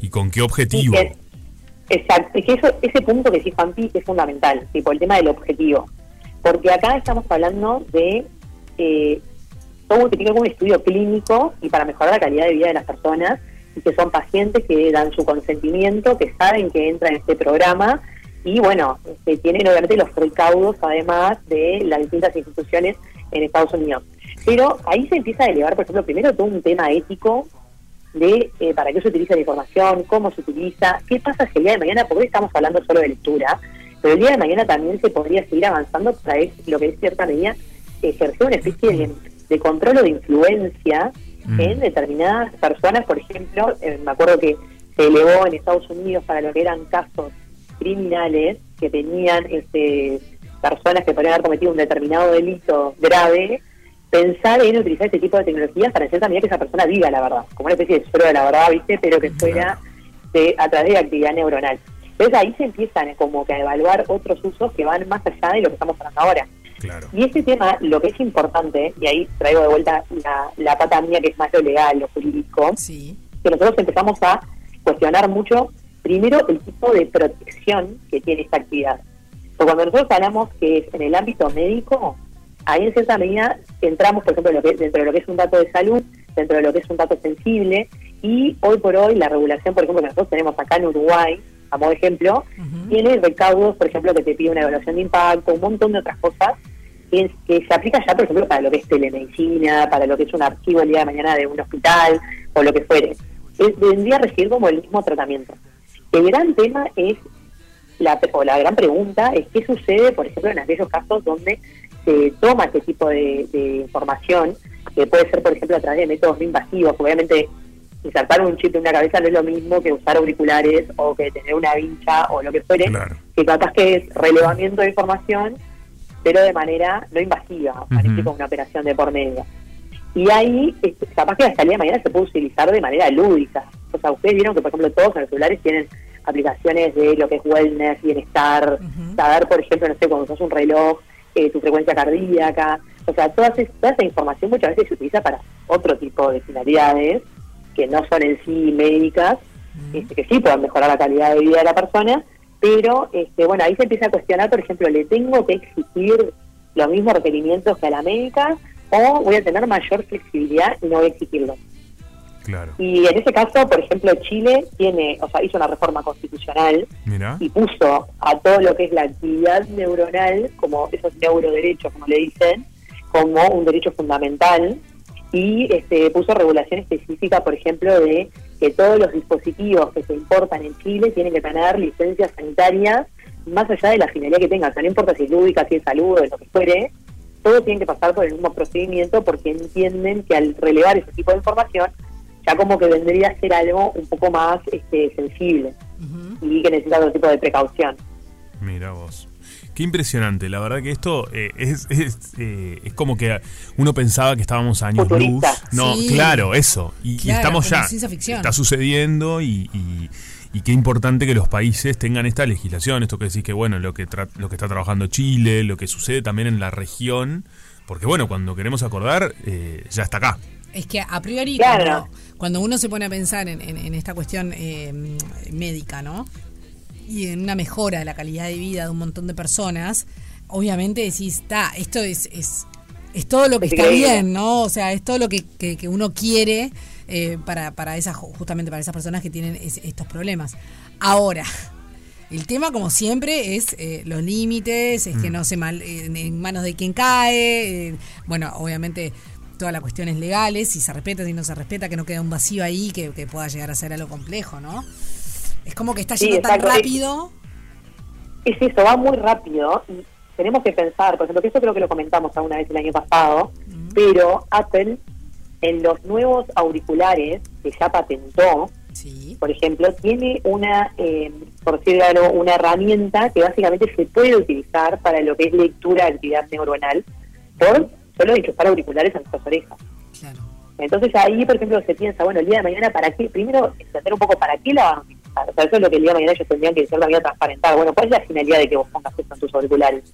Y con qué objetivo.
Exacto, y que eso, ese punto que sí, Juanpi, es fundamental, tipo el tema del objetivo. Porque acá estamos hablando de eh, todo que tiene un estudio clínico y para mejorar la calidad de vida de las personas y que son pacientes que dan su consentimiento, que saben que entran en este programa y bueno, este, tienen obviamente los recaudos además de las distintas instituciones en Estados Unidos. Pero ahí se empieza a elevar, por ejemplo, primero todo un tema ético de eh, para qué se utiliza la información, cómo se utiliza, qué pasa si el día de mañana, porque hoy estamos hablando solo de lectura, pero el día de mañana también se podría seguir avanzando para ex- lo que es cierta medida ejercer una especie de, de control o de influencia en determinadas personas, por ejemplo, eh, me acuerdo que se elevó en Estados Unidos para lo que eran casos criminales que tenían este, personas que podían haber cometido un determinado delito grave, pensar en utilizar este tipo de tecnologías para en cierta medida que esa persona diga la verdad, como una especie de suero de la verdad, ¿viste? Pero que fuera de- a través de actividad neuronal. Entonces ahí se empiezan como que a evaluar otros usos que van más allá de lo que estamos hablando ahora.
Claro.
Y este tema, lo que es importante, y ahí traigo de vuelta la, la pata mía que es más lo legal, lo jurídico, que nosotros empezamos a cuestionar mucho, primero, el tipo de protección que tiene esta actividad. Porque cuando nosotros hablamos que es en el ámbito médico, ahí en cierta medida entramos, por ejemplo, en lo que- dentro de lo que es un dato de salud, dentro de lo que es un dato sensible, y hoy por hoy la regulación, por ejemplo, que nosotros tenemos acá en Uruguay, a modo de ejemplo, tiene recaudos, por ejemplo, que te pide una evaluación de impacto, un montón de otras cosas, que, es- que se aplica ya, por ejemplo, para lo que es telemedicina, para lo que es un archivo el día de mañana de un hospital o lo que fuere. Es, vendría a recibir como el mismo tratamiento. El gran tema es, la, o la gran pregunta es qué sucede, por ejemplo, en aquellos casos donde se toma este tipo de, de información, que puede ser, por ejemplo, a través de métodos no invasivos, obviamente insertar un chip en una cabeza no es lo mismo que usar auriculares o que tener una vincha o lo que fuere, que capaz que es relevamiento de información, pero de manera no invasiva, parece
Ujú.
con una operación de por medio. Y ahí, este, capaz que hasta el día de mañana se puede utilizar de manera lúdica. O sea, ustedes vieron que, por ejemplo, todos en los celulares tienen aplicaciones de lo que es wellness, bienestar, saber, por ejemplo, no sé, cuando usas un reloj, eh, tu frecuencia cardíaca. O sea, toda, toda esa información muchas veces se utiliza para otro tipo de finalidades que no son en sí médicas, este, que sí pueden mejorar la calidad de vida de la persona, pero este, bueno, ahí se empieza a cuestionar, por ejemplo, ¿le tengo que exigir los mismos requerimientos que a la médica o voy a tener mayor flexibilidad y no voy a exigirlo?
Claro.
Y en ese caso, por ejemplo, Chile tiene, o sea, hizo una reforma constitucional
Mira.
y puso a todo lo que es la actividad neuronal, como esos neuroderechos, como le dicen, como un derecho fundamental y este, puso regulación específica, por ejemplo, de que todos los dispositivos que se importan en Chile tienen que tener licencias sanitarias más allá de la finalidad que tengan, o sea, no importa si es lúdica, si es salud, de lo que fuere, todos tienen que pasar por el mismo procedimiento porque entienden que al relevar ese tipo de información ya como que vendría a ser algo un poco más este, sensible y que necesita otro tipo de precaución.
Mira vos. Qué impresionante, la verdad que esto eh, es, es, eh, es como que uno pensaba que estábamos a años
Futurista.
luz. No,
Sí.
claro, eso. Y, y
Claro,
estamos
como
ya.
ciencia ficción.
Está sucediendo y, y- y qué importante que los países tengan esta legislación. Esto que decís que, bueno, lo que, tra- lo que está trabajando Chile, lo que sucede también en la región. Porque, bueno, cuando queremos acordar, eh, ya está acá.
Es que a priori,
Claro.
cuando, cuando uno se pone a pensar en, en- en esta cuestión eh, mm, médica, ¿no? Y en una mejora de la calidad de vida de un montón de personas, obviamente decís, está, esto es, es, es todo lo que
Es
está
increíble.
bien, ¿no? O sea, es todo lo que, que- que uno quiere eh, para, para esas, justamente para esas personas que tienen es- estos problemas. Ahora. El tema, como siempre, es eh, los límites, es que
Mm.
no se mal, en, en manos de quien cae. eh, bueno, obviamente todas las cuestiones legales, si se respeta, si no se respeta, que no queda un vacío ahí que, que pueda llegar a ser algo complejo, ¿no? Es como que está
Sí,
yendo tan
exacto, sí.
rápido.
es eso, va muy rápido y tenemos que pensar, por ejemplo, que eso creo que lo comentamos alguna vez el año pasado, pero Apple en los nuevos auriculares que ya patentó, por ejemplo, tiene una, eh, por decirlo algo, una herramienta que básicamente se puede utilizar para lo que es lectura de actividad neuronal por solo enchufar auriculares en nuestras orejas. Entonces ahí, por ejemplo, se piensa, bueno, el día de mañana, ¿para qué? Primero, entender un poco para qué la van a utilizar. O sea, eso es lo que el día de mañana ellos tendrían que decir, la voy a transparentar. Bueno, ¿cuál es la finalidad de que vos pongas esto en tus auriculares?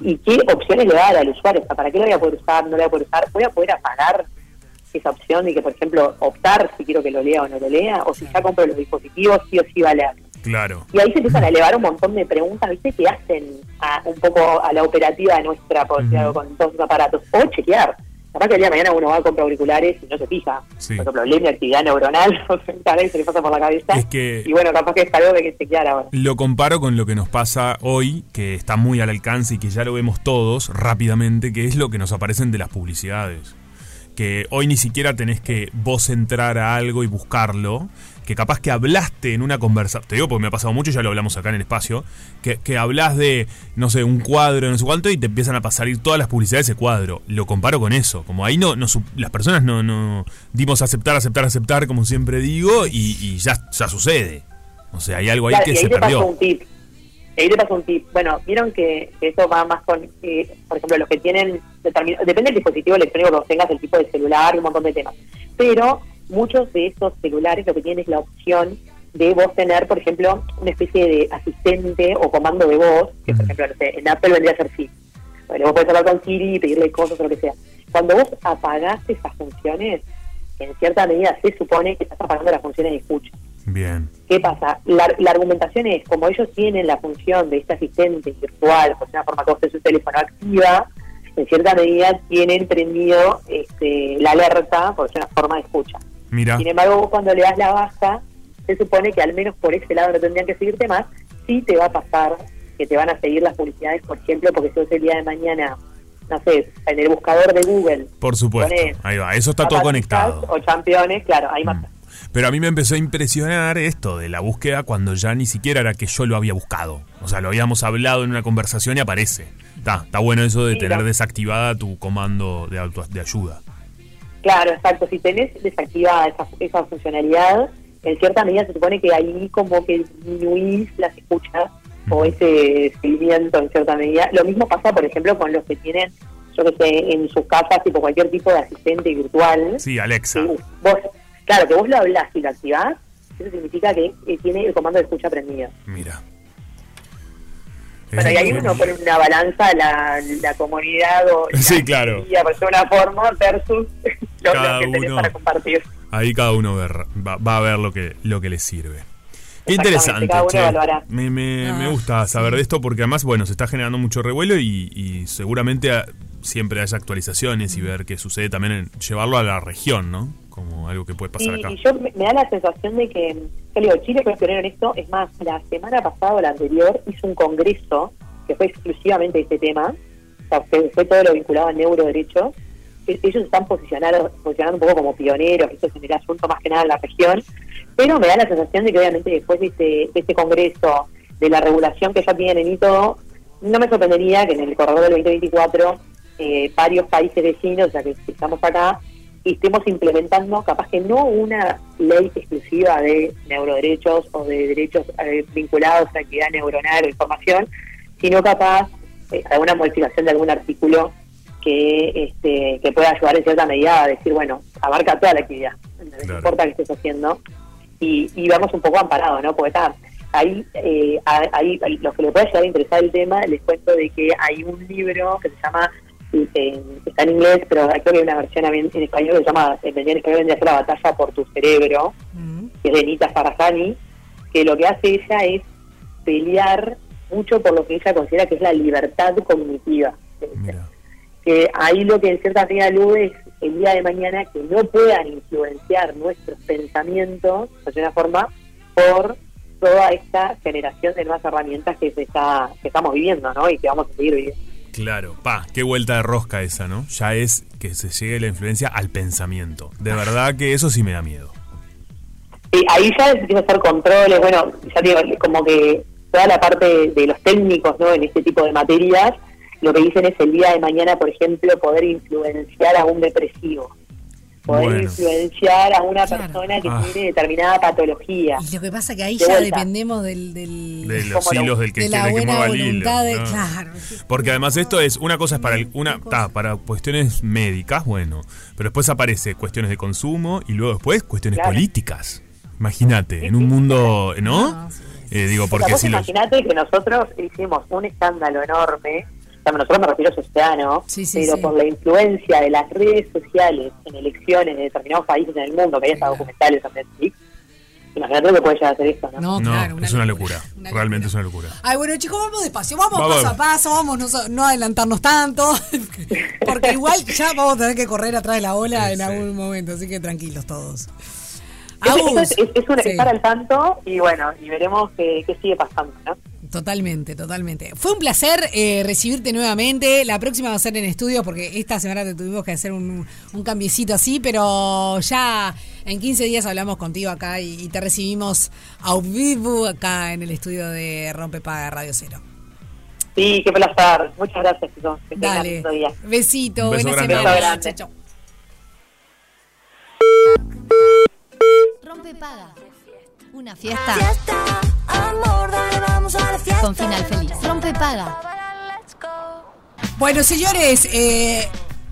¿Y qué opciones le va a dar al usuario? O sea, ¿para qué lo voy a poder usar? ¿No lo voy a poder usar? ¿Voy a poder apagar esa opción de que, por ejemplo, optar si quiero que lo lea o no lo lea? ¿O si ya compro los dispositivos, sí o sí va a leer?
Claro.
Y ahí se empiezan a elevar un montón de preguntas, ¿viste? Que hacen a- un poco a la operativa nuestra, por decirlo algo, con todos los aparatos. O chequear. Capaz que el día de mañana uno va a comprar auriculares y no se fija.
Sí.
Por ejemplo, lee mi actividad neuronal, o sea, caray, se le pasa por la cabeza.
Es que-
Y bueno, capaz que es algo que hay que chequear ahora.
Lo comparo con lo que nos pasa hoy, que está muy al alcance y que ya lo vemos todos rápidamente, que es lo que nos aparecen de las publicidades. Que hoy ni siquiera tenés que vos entrar a algo y buscarlo. Que capaz que hablaste en una conversación. Te digo porque me ha pasado mucho, ya lo hablamos acá en el espacio. Que, que hablas de, no sé, un cuadro, no sé cuánto, y te empiezan a pasar ir todas las publicidades de ese cuadro. Lo comparo con eso. Como ahí no, no su- las personas no, no dimos aceptar, aceptar, aceptar, como siempre digo, y, y ya, ya sucede. O sea, hay algo ahí
Claro,
que
y ahí
se
te paso
perdió.
un tip. Y ahí te paso un tip. Bueno, vieron que que eso va más con, eh, por ejemplo, los que tienen, determin- depende del dispositivo electrónico que vos tengas, el tipo de celular, un montón de temas. Pero muchos de esos celulares lo que tienen es la opción de vos tener, por ejemplo, una especie de asistente o comando de voz, que por ejemplo, no sé, en Apple vendría a ser Siri. Bueno, vos podés hablar con Siri y pedirle cosas o lo que sea. Cuando vos apagás esas funciones, en cierta medida se supone que estás apagando las funciones de escucha.
Bien.
¿Qué pasa? La, la argumentación es, como ellos tienen la función de este asistente virtual, por una forma que vos tenés un teléfono activa, en cierta medida tienen prendido este, la alerta, por una forma de escucha.
Mira.
Sin embargo, vos cuando le das la baja, se supone que al menos por ese lado no tendrían que seguirte más, sí te va a pasar que te van a seguir las publicidades, por ejemplo, porque si vos el día de mañana, no sé, en el buscador de Google,
Por supuesto.
Ponés
Ahí va. Eso está todo conectado.
o campeones, claro, hay más.
Pero a mí me empezó a impresionar esto de la búsqueda cuando ya ni siquiera era que yo lo había buscado. O sea, lo habíamos hablado en una conversación y aparece. Está, está bueno eso de
Sí,
tener
la-
desactivada tu comando de, auto, de ayuda.
Claro, exacto. Si tenés desactivada esa, esa funcionalidad, en cierta medida se supone que ahí como que disminuís las escuchas o ese seguimiento en cierta medida. Lo mismo pasa, por ejemplo, con los que tienen, yo que sé, en sus casas, tipo cualquier tipo de asistente virtual.
Sí, Alexa.
Vos, claro, que vos lo hablás y lo activás, eso significa que eh, tiene el comando de escucha prendido.
Mira.
Bueno, y ahí uno pone una balanza la, la comunidad o la
Sí, claro.
familia, por decirlo de una forma, versus lo, lo
Cada
que tenés
uno.
para compartir.
Ahí cada uno ver- va, va a ver lo que, lo que le sirve. Qué
Exactamente,
interesante,
cada uno
che.
evaluará.
Me,
Ah,
me- me gusta saber de esto porque además, bueno, se está generando mucho revuelo y, y seguramente ah, siempre haya actualizaciones y ver qué sucede también en llevarlo a la región, ¿no? Como algo que puede pasar
Sí,
acá.
y yo me, me da la sensación de que, yo le digo, Chile fue pionero en esto, es más, la semana pasada o la anterior hizo un congreso que fue exclusivamente de este tema, o sea, que fue todo lo vinculado al neuroderecho, E- ellos están posicionados, posicionando un poco como pioneros, esto es en el asunto más que nada en la región, pero me da la sensación de que obviamente después de este, de este congreso, de la regulación que ya tienen y todo, no me sorprendería que en el corredor del 2024 eh, varios países vecinos, ya que estamos acá, y estemos implementando capaz que no una ley exclusiva de neuroderechos o de derechos eh, vinculados a actividad neuronal o información, sino capaz eh, alguna modificación de algún artículo que este, que pueda ayudar en cierta medida a decir, bueno, abarca toda la actividad, no importa que estés haciendo, y, y vamos un poco amparados, ¿no? Porque está, ahí, eh, a- ahí, los que les pueda llegar a interesar el tema, les cuento de que hay un libro que se llama eh, está en inglés, pero creo que hay una versión también en español que se llama En en español vendría a ser la batalla por tu cerebro, que es de Nita Farahani, que lo que hace ella es pelear mucho por lo que ella considera que es la libertad cognitiva. Que Eh, ahí lo que en cierta medida alude es el día de mañana que no puedan influenciar nuestros pensamientos, de alguna forma, por toda esta generación de nuevas herramientas que se está que estamos viviendo, ¿no? Y que vamos a seguir viviendo.
Claro, pa, qué vuelta de rosca esa, ¿no? Ya es que se llegue la influencia al pensamiento. De verdad que eso sí me da miedo.
Sí, ahí ya empieza a hacer controles, bueno, ya digo, como que toda la parte de los técnicos, ¿no? En este tipo de materias, lo que dicen es el día de mañana, por ejemplo, poder influenciar a un depresivo, poder
Bueno.
influenciar a una persona que
Ah.
tiene determinada patología.
Y lo que pasa que ahí
De
ya
vuelta.
dependemos del, del-
De los Como lo- hilos del que
de la
quiere que
buena
mueva el hilo,
voluntad de-
¿no?
claro.
Porque además esto es, una cosa es para el- una ta, para cuestiones médicas, bueno, pero después aparece cuestiones de consumo y luego después cuestiones
Claro.
políticas. Imagínate, en un mundo, ¿no? Eh, digo,
O sea,
porque
vos
si los...
imaginate que nosotros hicimos un escándalo enorme, o sea, nosotros me refiero a Sociedano, pero
sí.
por la influencia de las redes sociales en elecciones de determinados países en el mundo, que hay hasta documentales en Netflix, imagínate lo que puede llegar a hacer esto, ¿no?
No, es una locura, realmente es una locura.
Ay, bueno, chicos, vamos despacio, vamos,
Vamos.
paso a paso, vamos no, no adelantarnos tanto, porque igual ya vamos a tener que correr atrás de la ola en algún momento, así que tranquilos todos.
Es,
Agus,
es- es- es un
sí.
estar al tanto y bueno, y veremos qué, qué sigue pasando, ¿no?
Totalmente, totalmente. Fue un placer eh, recibirte nuevamente. La próxima va a ser en estudios porque esta semana te tuvimos que hacer un, un cambiecito así, pero ya en 15 días hablamos contigo acá y, y te recibimos a vivo acá en el estudio de Rompepaga Radio Cero.
Sí, qué placer. Muchas gracias, chicos. Que tengan
Dale.
lindo día.
Besito,
Un beso
buena
grande.
semana.
Beso grande.
Chau, chau.
Rompe paga. Una fiesta. Con final feliz. Rompe paga.
Bueno, señores, eh,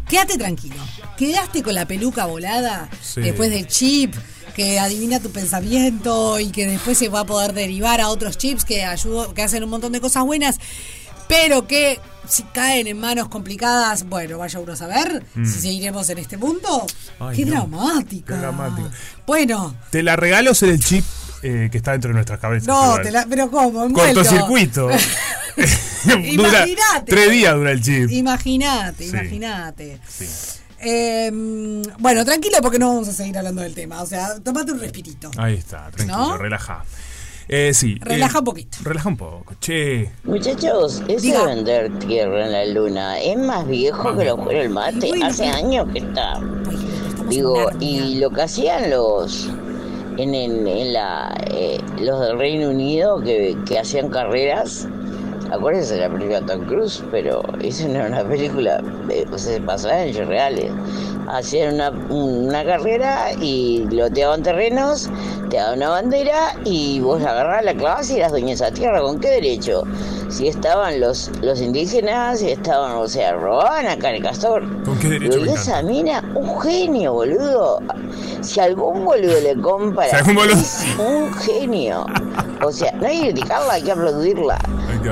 quédate tranquilo. Quedaste con la peluca volada
Sí.
después del chip que adivina tu pensamiento y que después se va a poder derivar a otros chips que ayudan, que hacen un montón de cosas buenas, pero que si caen en manos complicadas, bueno, vaya uno a saber
Mm.
si seguiremos en este mundo.
Ay,
Qué
no.
dramática.
Qué dramático.
Bueno,
¿Te la regalo o ser el chip eh, que está dentro de nuestras cabezas?
no,
igual?
te la, pero ¿cómo? Envuelto.
Cortocircuito. dura,
Imaginate.
tres días dura el chip.
Imagínate,
Sí.
imagínate.
Sí.
Eh, bueno, tranquilo porque no vamos a seguir hablando del tema. O sea, tomate un respirito.
Ahí está, tranquilo,
¿No?
relaja. Eh, sí.
Relaja
eh,
un poquito.
Relaja un poco, che.
Muchachos, eso
Diga.
de vender tierra en la luna es más viejo que lo fue el mate.
bueno,
Hace
pero-
años que está. Digo, y lo que hacían los en, el- en la eh, los del Reino Unido que, que hacían carreras Acuérdense de la película de Tom Cruise, pero es una, una película eh, o sea, basada en hechos reales. Hacían una, una carrera y loteaban terrenos, te daban una bandera y vos la agarrabas, la clavas y eras dueño de esa tierra. ¿Con qué derecho? Si estaban los, los indígenas, si estaban, o sea, robaban acá en el castor.
¿Con qué derecho?
Boludo,
Vilca?
esa mina, un genio, boludo. Si algún boludo le compra,
Si algún boludo-
es un genio. O sea, no hay que criticarla, hay que aplaudirla.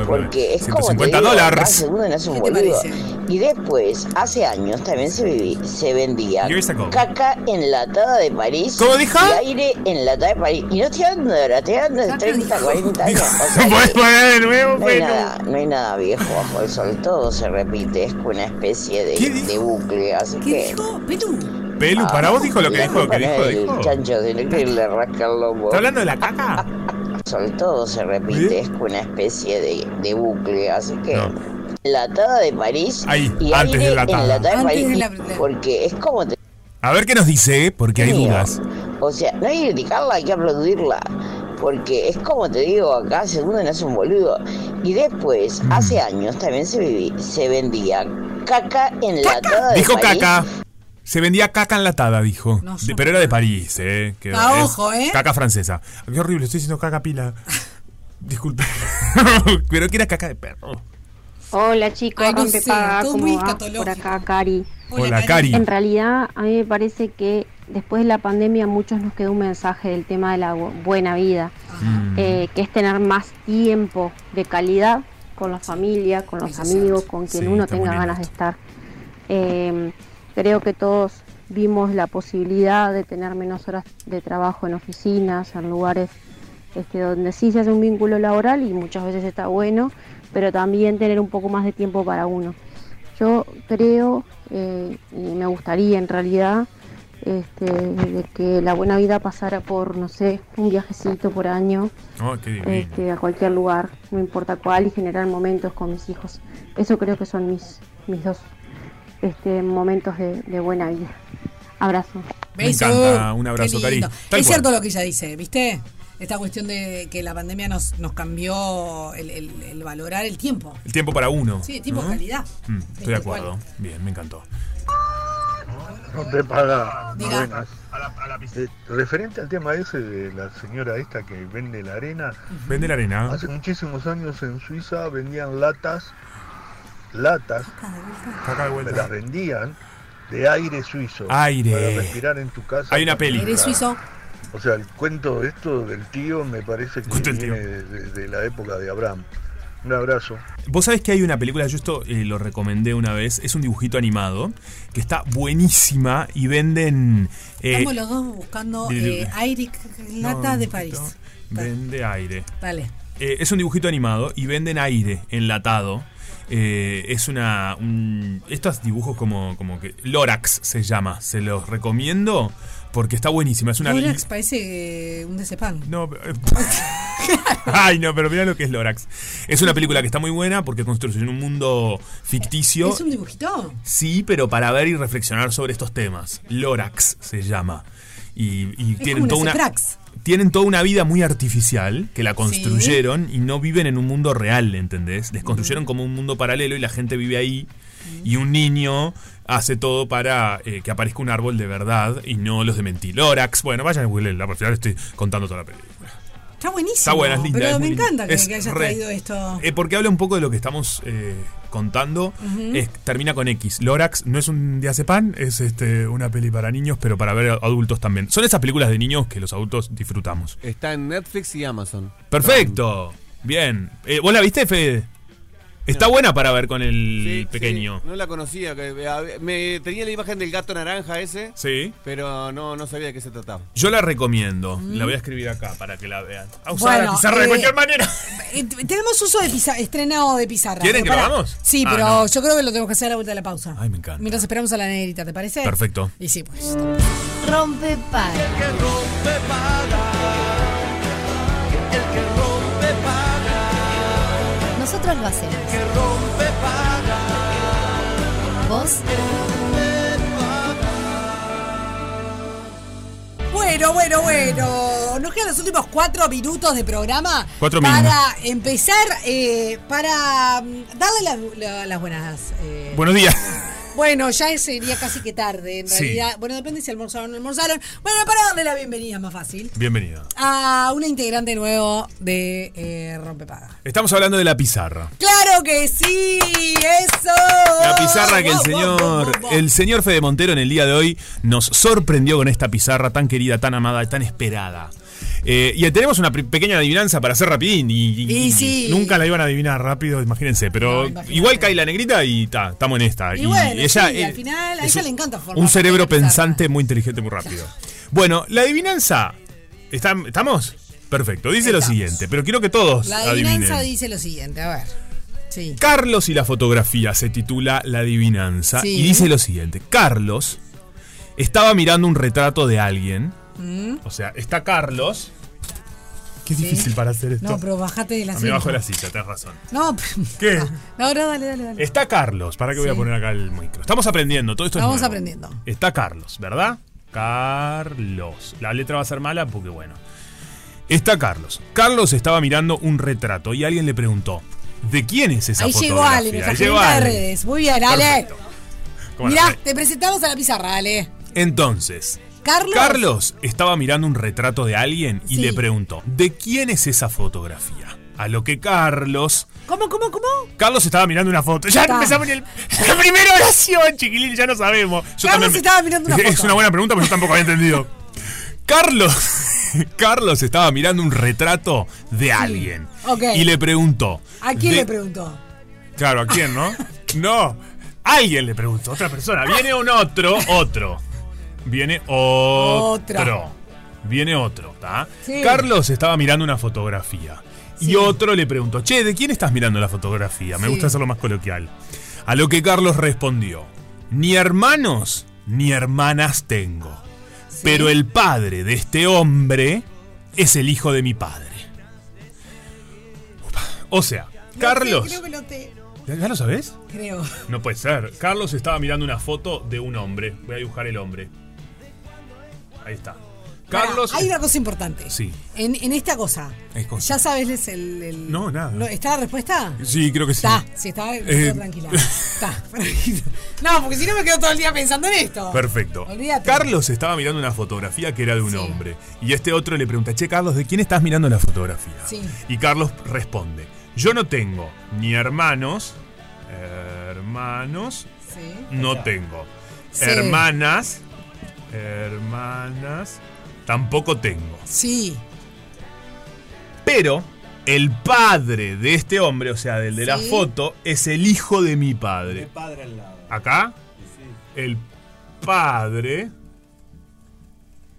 Porque es como te
150
digo,
dólares.
cada segundo no es un
¿Qué te
boludo.
parece?
Y después, hace años también se, viví- se vendía
Years ago.
caca enlatada de París.
¿Cómo dijo?
Y aire enlatada de París. Y no estoy hablando de ahora, estoy hablando de 30, 40 años. O sea,
¿Puedes poner de nuevo,
no hay,
Fenu?
nada, no hay nada viejo bajo el sol, todo se repite, es una especie de, de bucle, así que... Ah,
Pelu, para vos dijo lo que
La
dijo,
culpa
que
no
dijo,
es del
dijo.
chancho, sino que le rasca el lomo.
¿Está hablando de la caca?
Sol, todo se repite, es una especie de, de bucle, así que... Enlatada de París
Ahí,
y
antes
aire
de la taba.
enlatada de
Antes
París,
de
porque es como... te-
A ver qué nos dice, porque hay
Mío.
dudas.
O sea, no hay que criticarla, hay que aplaudirla. Porque es como te digo, cada segundo no es un boludo. Y después,
Mm.
hace años también se, viví- se vendía caca enlatada de
Dijo
París.
caca. Se vendía caca enlatada, dijo.
No,
De- pero era de París, ¿eh? que
Ah,
es
ojo, ¿eh?
Caca francesa. Qué horrible, estoy diciendo caca pila. Disculpe. pero que era caca de perro.
Hola chicos,
Ay, no
rompe
sé,
paga,
todo
¿cómo
muy
va?
escatológico.
Por acá, Cari.
Hola, Hola, Cari. Cari.
En realidad, a mí me parece que después de la pandemia, a muchos nos quedó un mensaje del tema de la bu- buena vida,
Mm.
eh, que es tener más tiempo de calidad con la familia, con los amigos, con quien
Sí,
uno
está
tenga
muy bien
ganas de estar. Eh, creo que todos vimos la posibilidad de tener menos horas de trabajo en oficinas, en lugares este, donde sí se hace un vínculo laboral y muchas veces está bueno, pero también tener un poco más de tiempo para uno. Yo creo, eh, y me gustaría en realidad, este, de que la buena vida pasara por, no sé, un viajecito por año,
Oh, qué divino.
este, a cualquier lugar, no importa cuál, y generar momentos con mis hijos. Eso creo que son mis, mis dos este, momentos de, de buena vida. Abrazo.
Me encanta. Un abrazo,
Qué
Cari.
lindo.
Tal
Es
cual.
cierto lo que ella dice, ¿viste? Esta cuestión de que la pandemia nos, nos cambió el, el- el valorar el tiempo.
El tiempo para uno.
Sí, tiempo
¿no?
de calidad.
Mm, estoy de acuerdo. Bien, me encantó.
Rompe paga. Buenas. Eh, referente al tema ese de la señora esta que vende la arena.
Vende la arena.
Hace muchísimos años en Suiza vendían latas, latas,
vuelta.
las vendían de aire suizo.
Aire.
Para respirar en tu casa.
Hay una peli.
Aire suizo.
O sea, el cuento esto del tío me parece que viene desde la época de Abraham. Un abrazo.
Vos sabés que hay una película, yo esto eh, lo recomendé una vez, es un dibujito animado que está buenísima y venden... eh,
Estamos los dos buscando
de-
eh, aire y c- lata
No,
de
no,
París.
vende aire.
Dale.
Eh, es un dibujito animado y venden aire enlatado. Eh, es una. un- estos dibujos como, como que. Lorax se llama. Se los recomiendo porque está buenísima. Es una.
Lorax parece eh, un decepán.
No, eh, Ay, no, pero mira lo que es Lorax. Es una película que está muy buena porque construye un mundo ficticio.
¿Es un dibujito?
Sí, pero para ver y reflexionar sobre estos temas. Lorax se llama. Y, y
Es
tienen
como
toda
un
una.
Ceprax.
Tienen toda una vida muy artificial que la construyeron y no viven en un mundo real, ¿entendés? Les
Mm.
construyeron como un mundo paralelo y la gente vive ahí. Y un niño hace todo para eh, que aparezca un árbol de verdad y no los de mentir. Lorax, bueno, vayan a googlearla, porque al final estoy contando toda la película.
Está buenísimo.
Está buena, es linda,
Pero
es
me
muy linda.
encanta que,
Es
que hayas
re-
traído esto.
Eh, porque habla un poco de lo que estamos eh, contando.
Ujú.
Es- termina con X. Lorax no es un diazepam, es este, una peli para niños, pero para ver adultos también. Son esas películas de niños que los adultos disfrutamos.
Está en Netflix y Amazon.
Perfecto. Bien. Eh, ¿Vos la viste, Fede? Está buena para ver con el
Sí,
pequeño.
sí, no la conocía. que- eh, a- Me tenía la imagen del gato naranja ese.
Sí.
Pero no, no sabía de qué se trataba.
Yo la recomiendo.
Mm.
La voy a escribir acá para que la vean. A usar la pizarra de
eh,
cualquier manera.
eh, tenemos uso de pizarra, estrenado de pizarra.
¿Quieren que lo
Pará.
hagamos?
Sí,
Ah,
pero
no.
yo creo que lo tenemos que hacer a la vuelta de la pausa.
Ay, me encanta.
Mientras esperamos a la negrita, ¿te parece?
Perfecto.
Y sí, pues.
Rompe paga. Nosotros lo hacemos. ¿Vos?
Bueno, Bueno, bueno, bueno. Nos quedan los últimos cuatro minutos de programa
Cuatro
para
mínimo.
empezar, eh, para mm, darle la- la- las buenas. eh,
Buenos días.
Bueno, ya sería casi que tarde, en
Sí.
realidad. Bueno, depende si almorzaron o no almorzaron. Bueno, para darle la bienvenida es más fácil
Bienvenido.
a una integrante nuevo de eh, Rompepaga.
Estamos hablando de la pizarra.
¡Claro que sí! ¡Eso!
La pizarra que el señor, el señor Fede Montero en el día de hoy nos sorprendió con esta pizarra tan querida, tan amada, tan esperada. Eh, y tenemos una pri- pequeña adivinanza para hacer rapidín. Y, y-
Y
y
sí.
Nunca la iban a adivinar rápido, imagínense. Pero igual cae la negrita y ta, estamos en esta.
Y bueno,
ella
sí,
eh,
al final a
es
ella le encanta formar
un cerebro
parte de la pizarra.
pensante muy inteligente, muy rápido. Bueno, la adivinanza. ¿Estam- ¿Estamos? Perfecto. Dice lo siguiente, pero quiero que todos
La adivinanza
adivinen.
dice lo siguiente, a ver. Sí.
Carlos y la fotografía se titula La adivinanza
Sí.
y dice lo siguiente. Carlos estaba mirando un retrato de alguien.
Mm.
O sea, está Carlos. Qué difícil para hacer esto.
No, pero bajate de la
Ah,
silla.
Me bajo de la silla, tenés razón.
No,
¿Qué?
no, no, dale, dale, dale.
Está Carlos. ¿Para qué voy a
Sí.
poner acá el micro? Estamos aprendiendo, todo esto es
Vamos
nuevo.
aprendiendo.
Está Carlos, ¿verdad? Carlos. La letra va a ser mala porque bueno. Está Carlos. Carlos estaba mirando un retrato y alguien le preguntó, ¿de quién es esa
Ahí llegó
fotografía?
Ale, nuestra
Ahí llegó
gerente de
Ale.
redes. Muy bien, Ale.
Perfecto. ¿Cómo no?
Mirá, te presentamos a la pizarra, Ale.
Entonces,
Carlos.
Carlos estaba mirando un retrato de alguien y
Sí.
le preguntó, ¿de quién es esa fotografía? A lo que Carlos...
¿Cómo, cómo, cómo?
Carlos estaba mirando una foto. Ya
Está.
empezamos en el, la primera oración, chiquilín, ya no sabemos. Yo
Carlos
me-
estaba mirando una
Es
foto.
una buena pregunta, pero yo tampoco había entendido. Carlos, Carlos estaba mirando un retrato de alguien
Ok.
y le preguntó.
¿A quién
de-
le preguntó?
Claro, ¿a quién, no? No. Alguien le preguntó, otra persona. Viene un otro, otro. Viene otro.
Otro.
Viene otro, ¿tá?
Sí.
Carlos estaba mirando una fotografía.
Sí.
Y otro le preguntó, che, ¿de quién estás mirando la fotografía? Me
Sí.
gusta hacerlo más coloquial. A lo que Carlos respondió, ni hermanos ni hermanas tengo. Pero el padre de este hombre es el hijo de mi padre. Upa. O sea, Carlos...
Sí, creo que lo te...
¿Ya- ¿Ya lo sabes?
Creo.
No puede ser. Carlos estaba mirando una foto de un hombre. Voy a dibujar el hombre. Ahí está. Carlos.
Pará, hay una cosa importante.
Sí.
En, en esta cosa.
Es cosa.
¿Ya sabes es el, el-
No, nada.
¿Está la respuesta?
Sí, creo que sí.
Está, sí, está, me quedo
Eh.
tranquila. Está, tranquila. No, porque si no me quedo todo el día pensando en esto.
Perfecto.
Olvídate.
Carlos estaba mirando una fotografía que era de un hombre. Y este otro le pregunta, che, Carlos, ¿de quién estás mirando la fotografía?
Sí.
Y Carlos responde, yo no tengo ni hermanos. Hermanos.
Sí.
No tengo.
Sí.
Hermanas. Hermanas. Tampoco tengo.
Sí.
Pero el padre de este hombre, o sea, del de la
Sí.
foto, es el hijo de mi padre.
padre al lado.
Acá, el padre.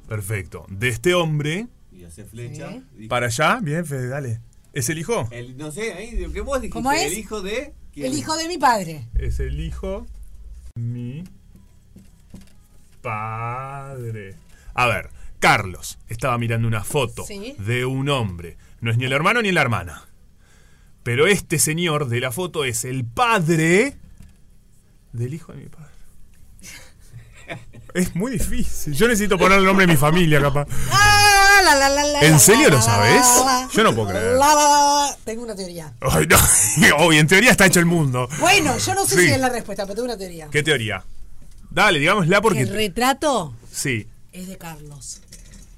Perfecto. De este hombre.
Y hace flecha. y-
Para allá. Bien, Fede, dale. ¿Es el hijo?
El, no sé, ahí, lo que vos dijiste.
¿Cómo es?
El hijo de.
El hijo de mi padre.
Es el hijo. Mi. Padre. A ver, Carlos estaba mirando una foto
Sí.
de un hombre. No es ni el hermano ni la hermana. Pero este señor de la foto es el padre del hijo de mi padre. Es muy difícil. Yo necesito poner el nombre de mi familia, capaz.
Ah, la, la, la, la, la,
¿En serio
la,
lo
la,
sabes?
la, la, la.
Yo no puedo creer.
La, la, la, la. Tengo una teoría.
Ay, no. Obvio, en teoría está hecho el mundo.
Bueno, yo no sé
Sí.
si es la respuesta, pero tengo una teoría.
¿Qué teoría? Dale, digámosla porque...
El retrato
Sí.
es de Carlos.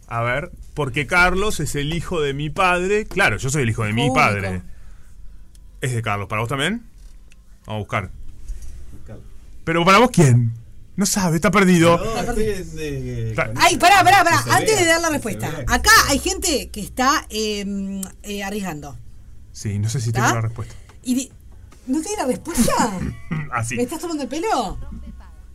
A ver, porque Carlos es el hijo de mi padre. Claro, yo soy el hijo de mi
Único.
padre. Es de Carlos. ¿Para vos también? Vamos a buscar. Pero para vos quién? No sabe, está perdido.
eh,
Está-
eh,
Ay, pará, pará, pará.
Que se
Antes
vea,
de dar la
que
respuesta.
se vea.
Acá hay gente que está eh, eh, arriesgando.
Sí, no sé si
¿Ah?
tengo la respuesta.
Y di- ¿No tiene la respuesta?
Así.
¿Me estás tomando el pelo?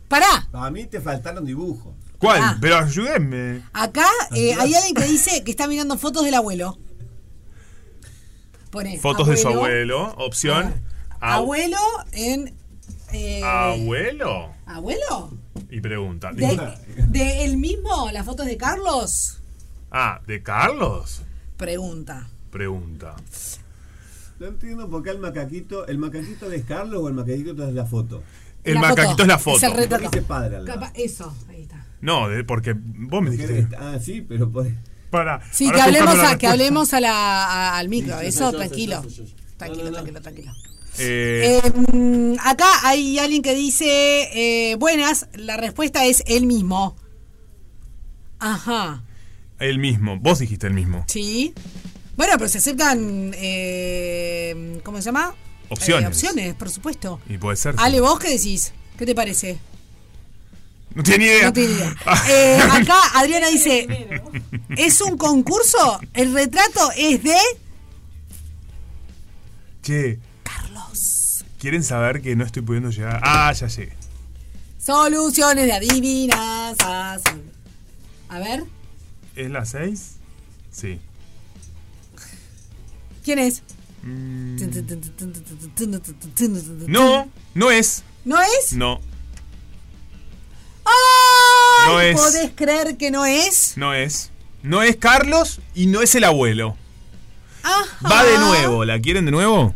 Pará.
A mí te faltaron dibujos.
¿Cuál? Pero ayúdenme.
Acá eh, hay alguien que dice que está mirando fotos del abuelo. Pone.
Fotos de su abuelo. Opción. Au-
Ah. Abuelo en. eh,
¿Abuelo?
¿Abuelo?
Y pregunta.
De, de él mismo, las fotos de Carlos.
Ah, ¿de Carlos?
Pregunta.
Pregunta.
No entiendo por qué el macaquito. ¿El macaquito es Carlos o el macaquito es la foto?
El La macaquito foto. es la foto. Es el retrato.
Porque dice padre al lado.
Capa- eso, ahí está.
No, de- porque vos me dijiste.
Ah, sí, pero por.
Para.
Sí,
ahora
que
estoy
hablemos,
buscando la
a- que
respuesta.
hablemos a la, a- al micro.
Sí, sí, sí,
Eso,
sí,
tranquilo.
sí, sí, sí.
Tranquilo, tranquilo, tranquilo.
Eh,
Eh, mm, acá hay alguien que dice, eh, buenas, la respuesta es él mismo. Ajá,
El mismo. Vos dijiste el mismo.
sí. Bueno, pero se aceptan, eh, ¿cómo se llama?
Opciones.
Eh, opciones, por supuesto.
Y puede ser. sí.
Ale, vos qué decís, ¿qué te parece?
No tiene idea. Ah.
No tiene idea. Eh, acá Adriana dice, ¿es un concurso? ¿El retrato es de
Che,
Carlos?
¿quieren saber que no estoy pudiendo llegar? Ah, ya llegué.
Soluciones de adivinanzas. A ver,
¿Es la 6? Sí.
¿quién es? Mm.
Mm. No, no es.
¿No es?
No,
¡Ay!
No es.
¿Podés creer que no es?
no es. No es Carlos y no es el abuelo.
Ajá.
Va de nuevo. ¿La quieren de nuevo?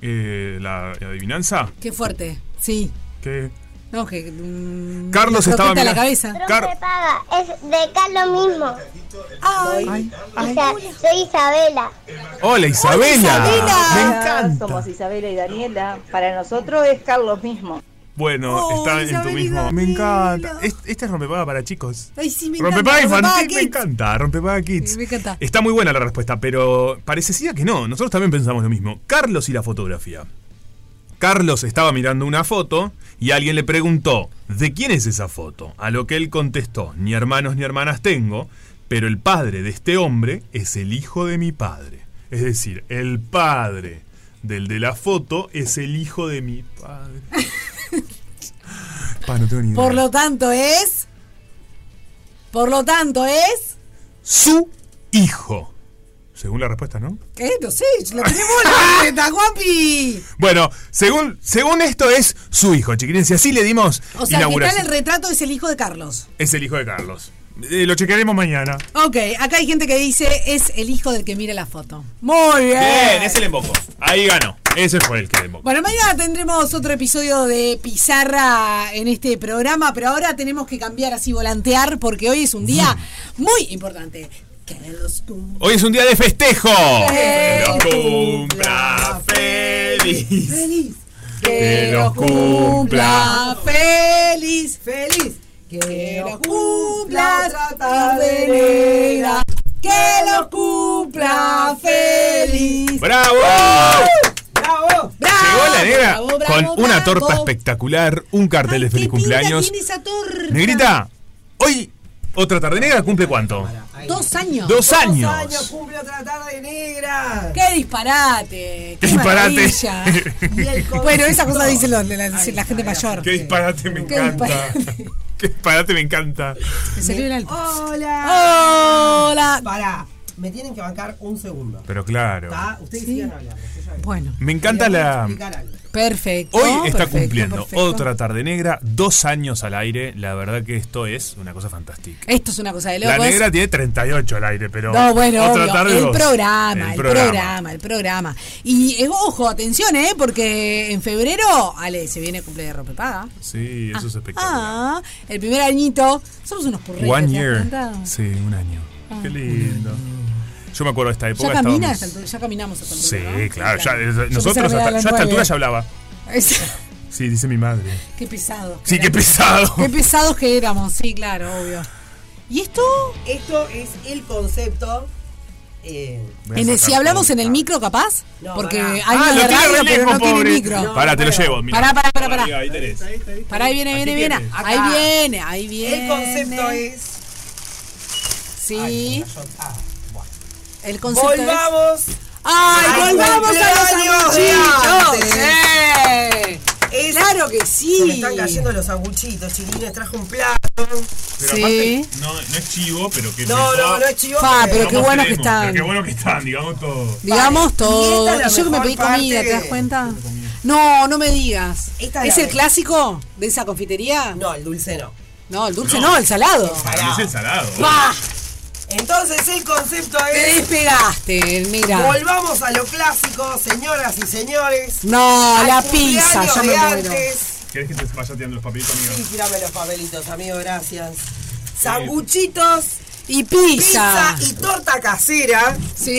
Eh, la adivinanza.
Qué fuerte. Sí.
Que
No, que. mm,
Carlos
me
estaba
croqueta la
mirando-
cabeza.
paga, es de Carlos mismo.
Ay,
Isa- soy Isabela.
Ah,
Hola Isabela. Me encanta.
Somos Isabela y Daniela. Para nosotros es Carlos mismo.
Bueno,
Oh,
está en tu
Isabela.
mismo. Me encanta. Es- Este es rompepaga para chicos.
Ay, sí, me encanta.
Rompepaga infantil me
Rompepaga Kids.
encanta. Rompepaga kids.
Me encanta.
Está muy buena la respuesta, pero parecía que no. Nosotros también pensamos lo mismo. Carlos y la fotografía. Carlos estaba mirando una foto y alguien le preguntó, ¿de quién es esa foto? A lo que él contestó, ni hermanos ni hermanas tengo, pero el padre de este hombre es el hijo de mi padre. Es decir, el padre del de la foto es el hijo de mi padre. Pa, no tengo ni idea.
Por lo tanto es. Por lo tanto es.
Su hijo. Según la respuesta, ¿no?
¿Qué? No sé, la tenemos la teta, guapi.
Bueno, según, según esto es su hijo, chiquilín. Si así le dimos
O sea, que
inauguración.
tal el retrato es el hijo de Carlos.
Es el hijo de Carlos. Eh, lo chequearemos mañana.
Ok, acá hay gente que dice es el hijo del que mira la foto. Muy bien.
Bien, ese le embocó. Ahí ganó. Ese fue el que le embocó.
Bueno, mañana tendremos otro episodio de Pizarra en este programa, pero ahora tenemos que cambiar así, volantear, porque hoy es un día muy importante. Carlos Cum-
Hoy es un día de festejo.
Que
los cumpla feliz. Que los cumpla.
feliz, feliz. Que los cumpla tarde negra. Que los cumpla feliz.
¡Bravo!
¡Bravo!
Llegó la negra
bravo, bravo,
con una
bravo.
torta espectacular, un cartel de feliz cumpleaños.
Tiene esa torta.
Negrita, hoy otra tarde negra cumple cuánto?
Dos años.
Dos años. Dos años
cumple otra tarde negra. Qué disparate. Qué
disparate.
maravilla. bueno, esa cosa dice lo- la, la- la gente mayor.
Qué disparate me
Qué
encanta. Qué disparate me encanta.
Me salió el alma.
Hola.
Hola.
Pará, me tienen que bancar un segundo.
Pero claro.
¿Está? Ustedes sigan hablando. yo ya vengo.
Bueno.
Me encanta
Quería
la.
explicar algo.
Perfecto.
Hoy está
perfecto,
cumpliendo
perfecto.
otra tarde negra, dos años al aire. La verdad que esto es una cosa fantástica.
Esto es una cosa de locos.
La negra tiene 38 al aire, pero.
No, bueno,
otra
obvio,
tarde
el
dos.
programa, el programa, el programa. Y eh, ojo, atención, ¿eh? Porque en febrero, Ale, se viene el cumple de ropa paga.
Sí, eso es espectacular.
Ah, el primer añito. Somos unos purretes.
One
¿te das
year.
cuenta?
Sí, un año.
Ah.
Qué lindo. Yo me acuerdo de esta época.
Ya camina,
estábamos-
hasta el- ya caminamos hasta el
Sí,
¿no?
claro. ya- eh,
pensaba que
nosotros,
era
hasta,
las
yo a esta
nueve.
altura ya hablaba.
Es-
Sí, dice mi madre.
Qué pesado.
Sí, qué pesado.
Qué pesados que éramos, sí, claro, obvio. ¿Y esto?
Esto es el concepto. eh,
En el- si hablamos en el micro, capaz,
Ah. No,
porque
pará.
hay
Ah,
una
lo
de
tiene
radio,
re
pero
lejos,
no tiene
pobre.
micro.
No,
Pará, te lo llevo. Mira.
Pará, pará, pará, pará.
Ahí, ahí tenés.
Pará, ahí viene, viene,
Aquí
viene.
tiene.
Ahí
Acá.
viene, ahí viene.
El concepto es.
Sí. El concepto es-
ah, Volvamos.
¡Ay,
al
volvamos a los
cumpleaños de
sanguchitos!
antes.
¡Eh!
Es-
¡Claro que
Se
sí!
me están cayendo los sanguchitos, chiquilines. Traje un plato.
Pero aparte, no, no es chivo, pero que.
No, no, no es chivo, Pa, pero
digamos,
qué bueno que
tenemos,
están.
pero Qué bueno que están, digamos todo.
Digamos
Vale. Y
todo.
esta es la
Y yo que me
mejor
pedí comida, ¿te das
parte.
cuenta? No, no me digas.
Esta es
¿Es
la
el
de-
clásico de esa confitería?
No, el dulce no.
No, el dulce no, el salado.
Para mí es el salado.
¡Bah!
Entonces el concepto
Te
es.
despegaste, mira.
Volvamos a lo clásico, señoras y señores.
No,
Al
la pizza,
cumpleaños
yo me
de
muero.
antes.
¿Querés que te vaya tirando los papelitos, amigo?
Sí, tirame los papelitos, amigo, gracias. sanguchitos y pizza. y torta casera. Sí.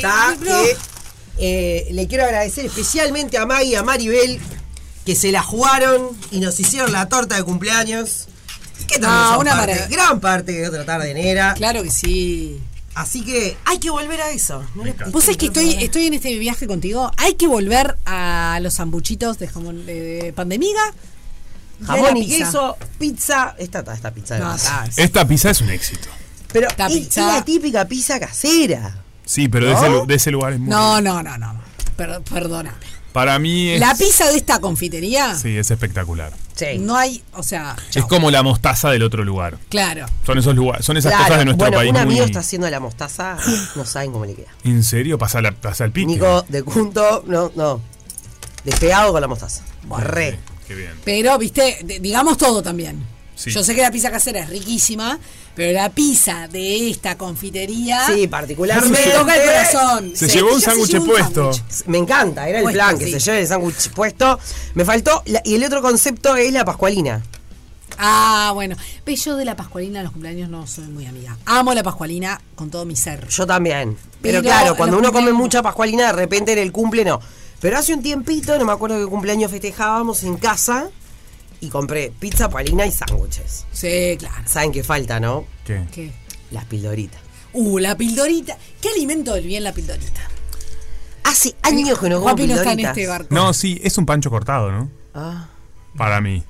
que, eh, le quiero agradecer especialmente a Maggie y a Maribel que se la jugaron y nos hicieron la torta de cumpleaños. Que también
Ah,
son
una
parte-
maravilla.
gran parte de otra tarde negra.
Claro que sí.
Así que hay que volver a eso. No les-
Vos sabés que estoy, estoy en este viaje contigo. Hay que volver a los zambuchitos de jamón de, de pan de miga. a
Jamón
la
y
pizza.
queso, pizza. Esta, esta, esta pizza. de
No,
verdad.
Esta pizza es un éxito.
Pero y- y la típica pizza casera.
Sí, pero de,
¿No?
ese, lu- de ese lugar es muy.
No, no, no, no. Per- perdona.
Para mí es.
La pizza de esta confitería
Sí, es espectacular.
no hay, o sea,
Es como la mostaza del otro lugar.
claro.
Son esos lugares, son esas
Claro,
cosas de nuestro
bueno,
país.
Un amigo
muy-
está haciendo la mostaza, no saben cómo le queda.
¿En serio? Pasa, la, pasa el pique.
Nico de Cunto, no, no. Despegado con la mostaza. Re.
Qué bien.
Pero, viste, de- digamos todo también.
Sí.
Yo sé que la pizza casera es riquísima, pero la pizza de esta confitería.
Sí, particularmente.
¿Ah? Me toca el corazón. Sí, ella se llevó un sándwich.
Me encanta, era el
Puesto,
plan que
sí.
se lleve el sándwich puesto. Me faltó. la- y el otro concepto es la pascualina.
Ah, bueno. Ve, yo de la Pascualina en los cumpleaños no soy muy amiga. Amo la Pascualina con todo mi ser.
Yo también. Pero,
Pero
claro, cuando
los
uno come
cumpleaños-
mucha pascualina, de repente en el cumple no. Pero hace un tiempito, no me acuerdo qué cumpleaños festejábamos en casa y compré pizza palina y sándwiches.
Sí, claro.
¿Saben qué falta, no?
¿Qué?
¿Qué?
Las pildoritas.
Uh, la pildorita. ¿Qué alimento del bien la pildorita?
Hace años que no como
Papi no está en
pildoritas.
este barco.
No, sí, es un pancho cortado, ¿no?
Ah.
Para mí.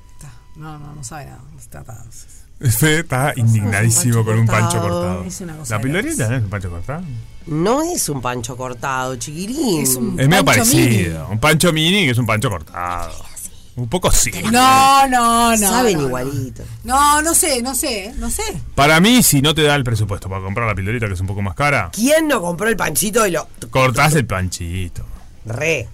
No, no, no sabe nada. Está, está-
Fede está indignadísimo con un pancho
cortado.
cortado.
Es una cosa
la
de
pilorita no es un pancho cortado.
No es un pancho cortado, chiquilín.
Es un
Es medio parecido. Un pancho mini que es un pancho cortado. Un poco sí.
No, no, no.
Saben
no,
igualito.
No, no sé, no sé, no sé.
Para mí, si no te da el presupuesto para comprar la pilorita, que es un poco más cara,
¿Quién no compró el panchito y lo
cortás el panchito.
re?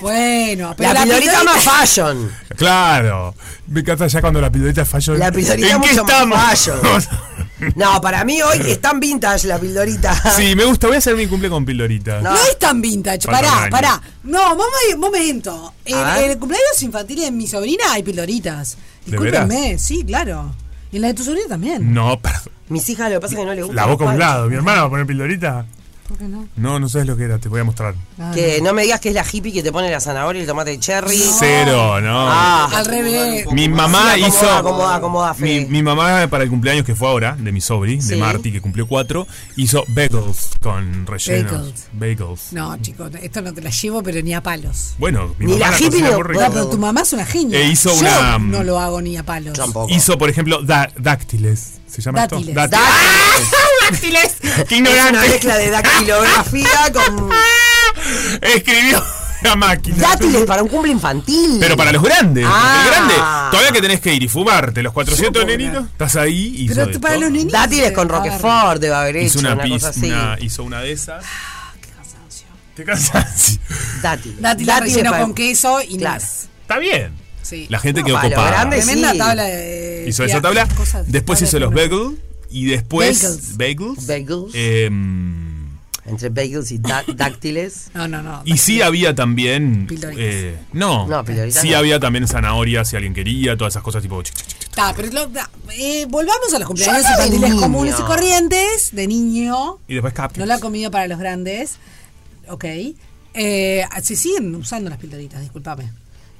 Bueno, pero
La, pildorita más fashion.
Claro. Me encanta ya cuando la pilorita falló.
La pildorita
¿En qué
mucho
estamos?
más fashion. No, para mí hoy es tan vintage la pildorita.
sí, me gusta. Voy a hacer mi cumple con pilorita.
No. es tan vintage.
Falta un
Pará,
año.
pará. No, vamos a ir- momento. En,
A ver.
en el cumpleaños infantil de mi sobrina hay pildoritas.
¿De Mm.
Discúlpenme, sí, claro. Y en la de tu sobrina también.
No, perdón.
Mis hijas lo que pasa es que no le gusta.
La boca a un lado. Mi hermana va a poner pilorita.
¿Por qué no? Ah,
No, no sabes lo que era. Te voy a mostrar.
Que no me digas que es la hippie que te pone la zanahoria y el tomate cherry.
Cero, no.
Ah.
Al revés.
Mi mamá
Sí, acomoda,
hizo.
acomoda, acomoda, Fede.
mi, mi mamá, para el cumpleaños que fue ahora, de mi sobri,
Sí.
de Marty, que cumplió cuatro, hizo bagels con rellenos.
Bagels.
Bagels.
No, chicos, esto no te la llevo, pero ni a palos.
Bueno, mi
Ni
mamá
la hippie
cocina
no-
muy rico.
No, pero tu mamá es una genia.
Eh, hizo
Yo
una-
No lo hago ni a palos.
Hizo, por ejemplo, da- dáctiles. ¿Se llama
Dátiles.
esto?
Dáctiles.
¡Qué
Es una
ignorante!
mezcla de dactilografía con
Escribió la máquina.
dátiles para un cumple infantil.
Pero para los grandes,
Ah.
el grande, todavía que tenés que ir y fumarte los 400 nenitos, estás ahí y hizo de todo.
niños. Dátiles con Roquefort debe haber hecho
hizo una,
una
pis-
cosa así.
una- hizo una de esas. Qué cansancio.
Dátiles.
Dátil
Dátiles
relleno
para-
con queso y
Claro.
nuez.
Está bien.
Sí.
La gente
No,
quedó
para los
copada.
grandes sí.
Tremenda tabla de.
hizo
de
esa tabla.
cosas-
Después
tabla
hizo
de
los
color.
bagels y después bagels.
Bagels.
Em,
Entre bagels y da- dáctiles.
No, no, no.
y sí había también
Pildoritas.
eh, no,
No, pildoritas
sí
no.
había también zanahoria si alguien quería, todas esas cosas tipo ch- ch- ch-
Ta, pero lo- ta, eh, volvamos a los cumpleaños
Yo no de
infantiles
niño.
comunes y corrientes de niño.
y después cupcakes.
No la comida para los grandes. Ok. Eh, se siguen usando las pildoritas, discúlpame.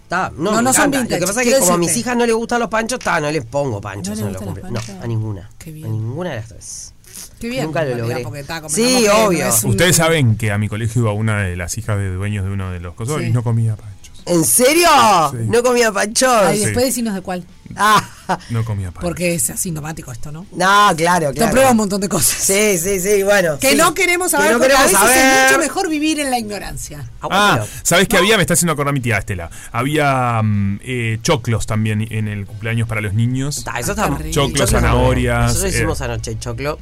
Está, no,
No,
me
no son
encanta.
vintage,
Lo que pasa es que
quiero
como a mis
decirte.
hijas no les gustan los panchos, está, no les pongo panchos.
¿No
No,
les gustan
lo
los
cumple. no
panchos?
a ninguna.
Qué
A ninguna de las tres.
Qué bien.
Nunca lo
en realidad,
logré.
porque, ta, como
Sí,
no, porque
obvio.
no es un-
Ustedes saben que a mi colegio iba una de las hijas de dueños de uno de los cosos
Sí.
y no comía pancho.
¿En serio?
Sí.
No comía panchos.
Ay,
Sí.
después decinos de cuál.
Ah,
No comía pancho.
Porque es asintomático esto, ¿no?
no, claro,
Te
claro.
prueba un montón de cosas.
Sí, sí, sí, bueno.
Que
sí.
no queremos saber,
Que no
porque
queremos
a veces
saber.
es mucho mejor vivir en la ignorancia.
Ah, ¿sabes qué había? Me está haciendo acordar mi tía Estela. Había mm, eh, choclos también en el cumpleaños para los niños.
Ah, eso está
Choclos, zanahorias.
Nosotros
eh,
hicimos anoche choclo.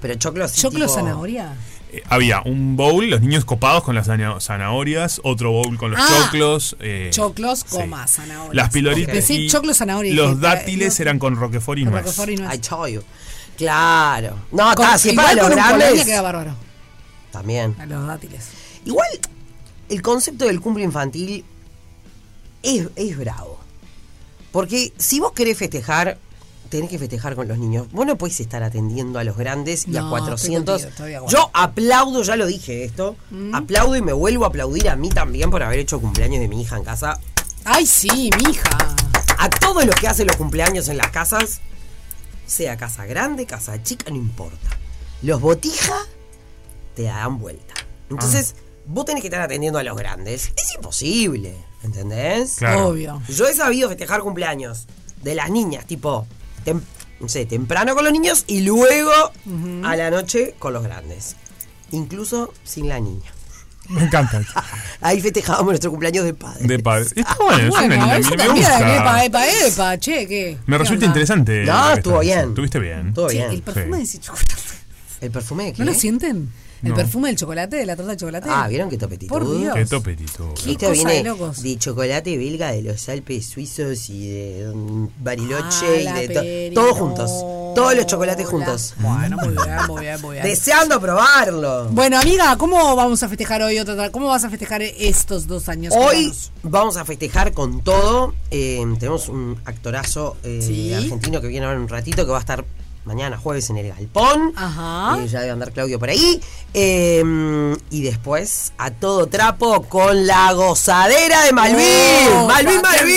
Pero choclo así.
¿Choclo
tipo-
zanahoria?
eh, había un bowl, los niños copados con las zana- zanahorias, otro bowl con los
Ah,
choclos. eh,
Choclos,
sí.
coma, zanahoria.
Las piloritas.
Sí,
este y
choclo, zanahoria.
Los
dije, ta,
dátiles
no,
eran con roquefort y nuez.
roquefort y nuez.
I told you. Claro. No,
Con-
está, si es
igual
para los
con un Polonia
grandes.
queda bárbaro.
También.
A los dátiles.
Igual, el concepto del cumple infantil es, es bravo. Porque si vos querés festejar, tenés que festejar con los niños. Vos no podés estar atendiendo a los grandes y
No,
a
estoy
400.
contigo, estoy de acuerdo.
Yo aplaudo, ya lo dije esto.
Mm.
Aplaudo y me vuelvo a aplaudir a mí también por haber hecho cumpleaños de mi hija en casa.
Ay, sí, mija.
A todos los que hacen los cumpleaños en las casas, sea casa grande, casa chica, no importa. Los botija te la dan vuelta. Entonces,
Ah.
vos tenés que estar atendiendo a los grandes. Es imposible, ¿entendés?
Claro. Obvio.
Yo he sabido festejar cumpleaños de las niñas, tipo, tem- no sé, temprano con los niños y luego
Ujú.
a la noche con los grandes. Incluso sin la niña.
Me encanta.
Ahí festejábamos nuestro cumpleaños de padre.
De padre. Y Está bueno, es una linda-
eso
me
también,
gusta.
Epa, epa, epa, che, ¿qué?
Me resulta interesante.
No,
lo que
Ah, estuvo
estás
bien.
diciendo. Estuviste bien.
Todo
Che,
bien.
El perfume de ese chocolate.
¿El perfume de qué?
¿No lo sienten? El
No.
perfume del chocolate, de la torta de chocolate.
Ah, ¿vieron qué topetitud?
Por Dios. Qué
topetitud.
Qué cosa
Este viene
de locos.
de chocolate belga de los Alpes suizos y de mm,
Ah,
Bariloche
la
y de to- todos juntos. Todos los chocolates juntos.
Bueno, muy bien, muy bien, muy bien.
Deseando probarlo.
Bueno, amiga, ¿cómo vamos a festejar hoy otra? tra- ¿Cómo vas a festejar estos dos años? que
Hoy
vamos?
vamos a festejar con todo. Eh, tenemos un actorazo eh,
Sí.
argentino que viene ahora en un ratito que va a estar mañana jueves en el Galpón.
Ajá.
Eh, ya debe andar Claudio por ahí. Eh, y después a todo trapo con la gozadera de Malvin.
Oh,
¡Malvin,
va, qué
Malvin!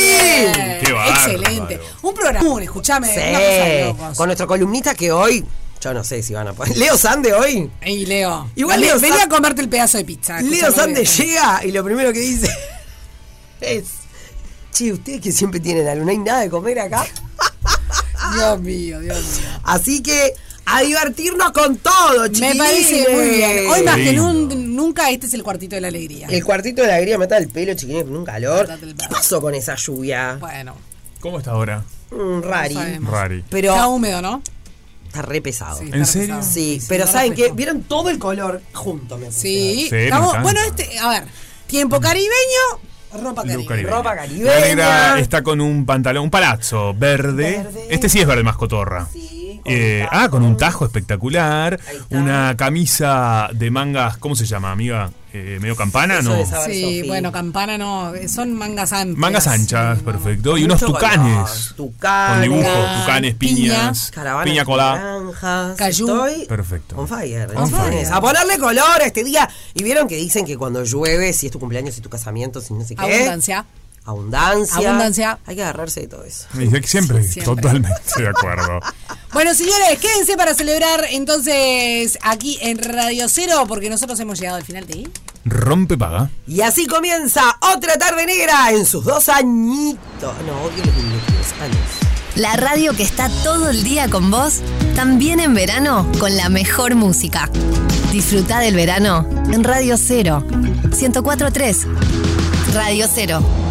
bien. Qué bárbaro. Excelente. Un programa, escuchame. una cosa de
Sí.
locos.
Con nuestro columnista que hoy, yo no sé si van a poder. Leo Sande hoy.
Ey, Leo.
Igual
Vení-
Leo
vení
Sa-
a comerte el pedazo de pizza.
Leo
escuchame
Sande
bien.
llega y lo primero que dice es: Che, ustedes que siempre tienen algo, no hay nada de comer acá.
Dios mío, Dios mío.
Así que a divertirnos con todo,
Me
chiquilines.
parece muy bien. Hoy más que nun- nunca este es el cuartito de la alegría.
El cuartito de la alegría me está el pelo, chiquilines, con un calor.
Atate el
¿Qué pasó con esa lluvia?
Bueno.
¿Cómo está ahora?
Mm, rari.
sabemos. Rari.
Pero
Está húmedo, ¿no?
Está re pesado.
Sí,
está ¿En serio? pesado.
Sí,
Sí,
pero
está
¿saben
re
qué? Vieron todo el color junto, me
Sí.
Sí, me
estamos-
encanta.
bueno, este, a ver. Tiempo caribeño, ropa
Look
caribeña.
caribeño.
Ropa
La
caribeña.
negra está con un pantalón, un palazzo verde. Este sí es verde más cotorra. Eh, ah, con un tajo espectacular. Una camisa de mangas, ¿cómo se llama, amiga? Eh, ¿Medio campana? no.
Sí, bueno, campana no. eh, Son mangas anchas.
Mangas anchas, perfecto. Y unos
Mucho
tucanes.
Tucanes.
Con dibujos,
Tucán,
tucanes, piñas,
Caravana
piña
de
colada.
naranjas.
Cayú.
Estoy
Perfecto.
on fire.
On
¿entendés?
fire.
A ponerle color a este día. Y vieron que dicen que cuando llueve, si es tu cumpleaños, si es tu casamiento, si no sé qué.
Abundancia.
Abundancia.
Abundancia.
Hay que agarrarse de todo eso.
Me dice que siempre,
Sí, siempre.
totalmente de acuerdo.
Bueno, señores, quédense para celebrar entonces aquí en Radio Cero, porque nosotros hemos llegado al final de.
Rompe paga.
Y así comienza otra tarde negra en sus dos añitos. No, odio los minutos. Años.
La radio que está todo el día con vos, también en verano con la mejor música. Disfruta del verano en Radio Cero. 104.3. Radio Cero.